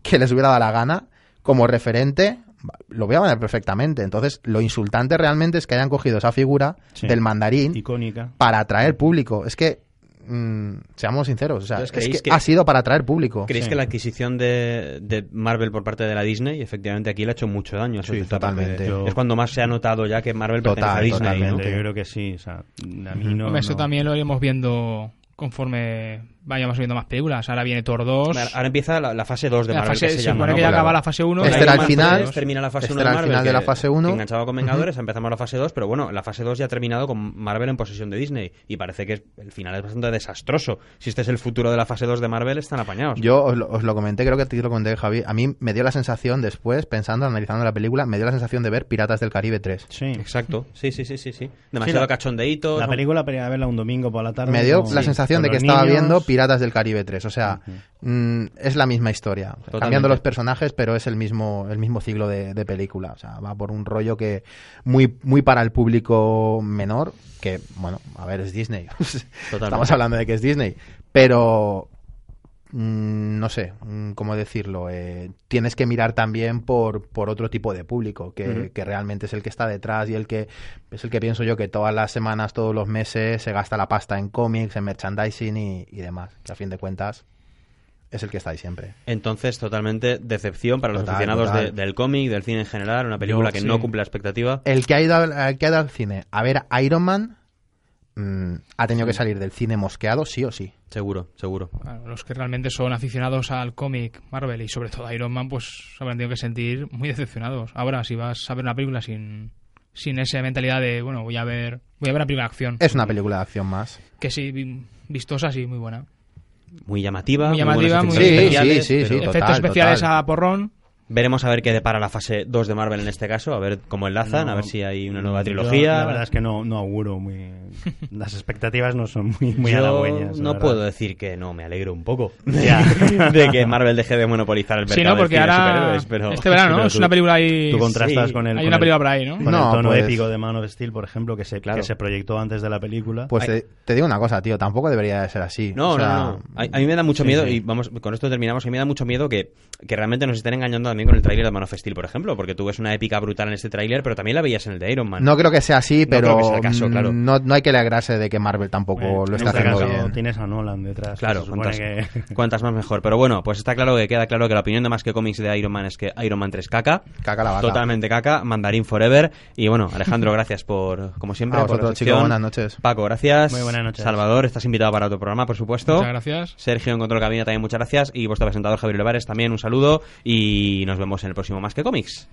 Speaker 2: que les hubiera dado la gana como referente lo voy a poner perfectamente. Entonces, lo insultante realmente es que hayan cogido esa figura
Speaker 3: Sí.
Speaker 2: del mandarín
Speaker 3: Icónica.
Speaker 2: para atraer público. Es que, mm, seamos sinceros, o sea, es
Speaker 1: Entonces,
Speaker 2: que,
Speaker 1: ¿creéis que-
Speaker 2: ha sido para atraer público.
Speaker 1: ¿Creéis
Speaker 3: Sí.
Speaker 1: que la adquisición de, de Marvel por parte de la Disney, efectivamente aquí le ha hecho mucho daño? a su
Speaker 2: Sí,
Speaker 1: sector? Porque
Speaker 2: totalmente.
Speaker 3: Yo-
Speaker 1: Es cuando más se ha notado ya que Marvel pertenece a
Speaker 2: Total,
Speaker 1: Disney, ¿no?
Speaker 2: totalmente.
Speaker 3: Yo creo que sí. O sea, a mí no.
Speaker 4: Hombre, Eso
Speaker 3: no-
Speaker 4: también lo iremos viendo conforme vayamos viendo más películas. Ahora viene Thor 2.
Speaker 1: Ahora- Ahora empieza la, la fase 2 de
Speaker 4: la
Speaker 1: Marvel.
Speaker 4: fase-
Speaker 1: que se
Speaker 4: se
Speaker 1: llama,
Speaker 4: supone
Speaker 1: ¿no?
Speaker 4: que ya
Speaker 2: Claro.
Speaker 4: acaba la fase 1.
Speaker 2: Este
Speaker 1: Iron
Speaker 2: era el
Speaker 1: Man
Speaker 2: final,
Speaker 1: 3 termina la fase
Speaker 2: este
Speaker 1: 1
Speaker 2: era
Speaker 1: de
Speaker 2: el
Speaker 1: Marvel,
Speaker 2: final de
Speaker 1: que
Speaker 2: la fase uno.
Speaker 1: Enganchaba con Vengadores, empezamos la fase 2, pero bueno, la fase 2 ya ha terminado con Marvel en posesión de Disney y parece que es- el final es bastante desastroso. Si este es el futuro de la fase 2 de Marvel, están apañados.
Speaker 2: Yo os lo, os lo comenté, creo que te lo comenté, Javi. A mí me dio la sensación, después, pensando, analizando la película, me dio la sensación de ver Piratas del Caribe 3.
Speaker 3: Sí.
Speaker 1: Exacto. Sí, sí, sí, sí, sí. Demasiado
Speaker 3: la-
Speaker 1: cachondeíto.
Speaker 3: La
Speaker 1: ¿no?
Speaker 3: película para ir a verla un domingo por la tarde.
Speaker 2: Me dio
Speaker 3: con-
Speaker 2: la sensación
Speaker 3: con
Speaker 2: de que
Speaker 3: los
Speaker 2: estaba
Speaker 3: niños.
Speaker 2: viendo Piratas del Caribe 3. O sea, mm, es la misma historia. O sea, cambiando
Speaker 1: Totalmente.
Speaker 2: los personajes, pero es el mismo, el mismo ciclo de, de película. O sea, va por un rollo que muy, muy para el público menor, que, bueno, a ver, es Disney. Estamos hablando de que es Disney. Pero, mm, no sé mm, cómo decirlo. eh, tienes que mirar también por, por otro tipo de público, que, que realmente es el que está detrás y el que es el que pienso yo que todas las semanas, todos los meses se gasta la pasta en cómics, en merchandising y, y demás. Que a fin de cuentas es el que está ahí siempre.
Speaker 1: Entonces, totalmente decepción para los
Speaker 2: Total,
Speaker 1: aficionados de-
Speaker 2: total.
Speaker 1: del cómic, del cine en general, una película
Speaker 4: Yo,
Speaker 1: que
Speaker 4: sí.
Speaker 1: no cumple la expectativa.
Speaker 2: El que ha ido, al- el que ha ido al cine a ver Iron Man mm, ha tenido que salir del cine mosqueado, sí o sí.
Speaker 1: Seguro, seguro.
Speaker 4: Bueno, los que realmente son aficionados al cómic Marvel y sobre todo a Iron Man, pues se habrán tenido que sentir muy decepcionados. Ahora, si vas a ver una película sin, sin esa mentalidad de, bueno, voy a ver voy a ver la primera acción,
Speaker 2: Es una película de acción más.
Speaker 4: que sí, vi- vistosa, sí, muy buena.
Speaker 1: Muy llamativa.
Speaker 4: Muy
Speaker 1: buenos
Speaker 4: llamativa, muy-
Speaker 1: efectos
Speaker 4: Sí,
Speaker 1: especiales,
Speaker 2: sí, sí,
Speaker 1: pero
Speaker 2: sí.
Speaker 4: Efectos
Speaker 2: total,
Speaker 4: especiales
Speaker 2: total.
Speaker 4: a porrón.
Speaker 1: Veremos a ver qué depara la fase 2 de Marvel en este caso, a ver cómo enlazan,
Speaker 3: No.
Speaker 1: a ver si hay una nueva
Speaker 3: Yo,
Speaker 1: trilogía.
Speaker 3: la verdad es que no, no auguro muy. Las expectativas no son muy, muy
Speaker 1: Yo
Speaker 3: halagüeñas. la
Speaker 1: no
Speaker 3: verdad.
Speaker 1: puedo decir que no, me alegro un poco
Speaker 3: Ya.
Speaker 1: de que Marvel deje de monopolizar el mercado
Speaker 4: Sí, no,
Speaker 1: del
Speaker 4: porque
Speaker 1: cine de
Speaker 4: ahora.
Speaker 1: superhéroes, pero-
Speaker 4: este verano, ¿no?
Speaker 1: pero
Speaker 4: Es
Speaker 1: tú-
Speaker 4: una película ahí.
Speaker 3: Tú contrastas
Speaker 1: Sí,
Speaker 3: con el.
Speaker 4: hay
Speaker 3: con
Speaker 4: una
Speaker 3: el-
Speaker 4: película por ahí, ¿no?
Speaker 3: con
Speaker 2: No,
Speaker 3: el tono
Speaker 2: pues-
Speaker 3: épico de Man of Steel, por ejemplo, que se, que
Speaker 1: Claro.
Speaker 3: se proyectó antes de la película.
Speaker 2: Pues te, te digo una cosa, tío, tampoco debería de ser así.
Speaker 1: No,
Speaker 2: O sea,
Speaker 1: no, no, no. A, a mí me da mucho miedo,
Speaker 3: sí.
Speaker 1: y vamos, con esto terminamos, a mí me da mucho miedo que, que realmente nos estén engañando también con el tráiler de Man of Steel, por ejemplo, porque tú ves una épica brutal en este tráiler, pero también la veías en el de Iron Man.
Speaker 2: No creo que sea así,
Speaker 1: No
Speaker 2: pero
Speaker 1: creo que sea el caso,
Speaker 2: mm,
Speaker 1: claro.
Speaker 2: no, no hay que alegrarse de que Marvel tampoco
Speaker 3: Bueno,
Speaker 2: lo
Speaker 3: en
Speaker 2: está
Speaker 3: este
Speaker 2: haciendo
Speaker 3: caso
Speaker 2: bien.
Speaker 3: Tienes a Nolan detrás.
Speaker 1: Claro,
Speaker 3: se supone
Speaker 1: cuantas,
Speaker 3: que.
Speaker 1: cuantas más mejor. Pero bueno, pues está claro que queda claro que la opinión de más que cómics de Iron Man es que Iron Man 3 caca.
Speaker 2: Caca la vaca.
Speaker 1: Totalmente caca, mandarín forever. Y bueno, Alejandro, gracias por, como siempre,
Speaker 2: A
Speaker 1: por la
Speaker 2: Ah, vosotros,
Speaker 1: sección.
Speaker 2: chicos, buenas noches.
Speaker 1: Paco, gracias.
Speaker 3: Muy buenas noches.
Speaker 1: Salvador, estás invitado para otro programa, por supuesto.
Speaker 4: Muchas gracias.
Speaker 1: Sergio en Control Cabina también muchas gracias y vuestro presentador Javier Olivares también un saludo y nos vemos en el próximo Más que Cómics.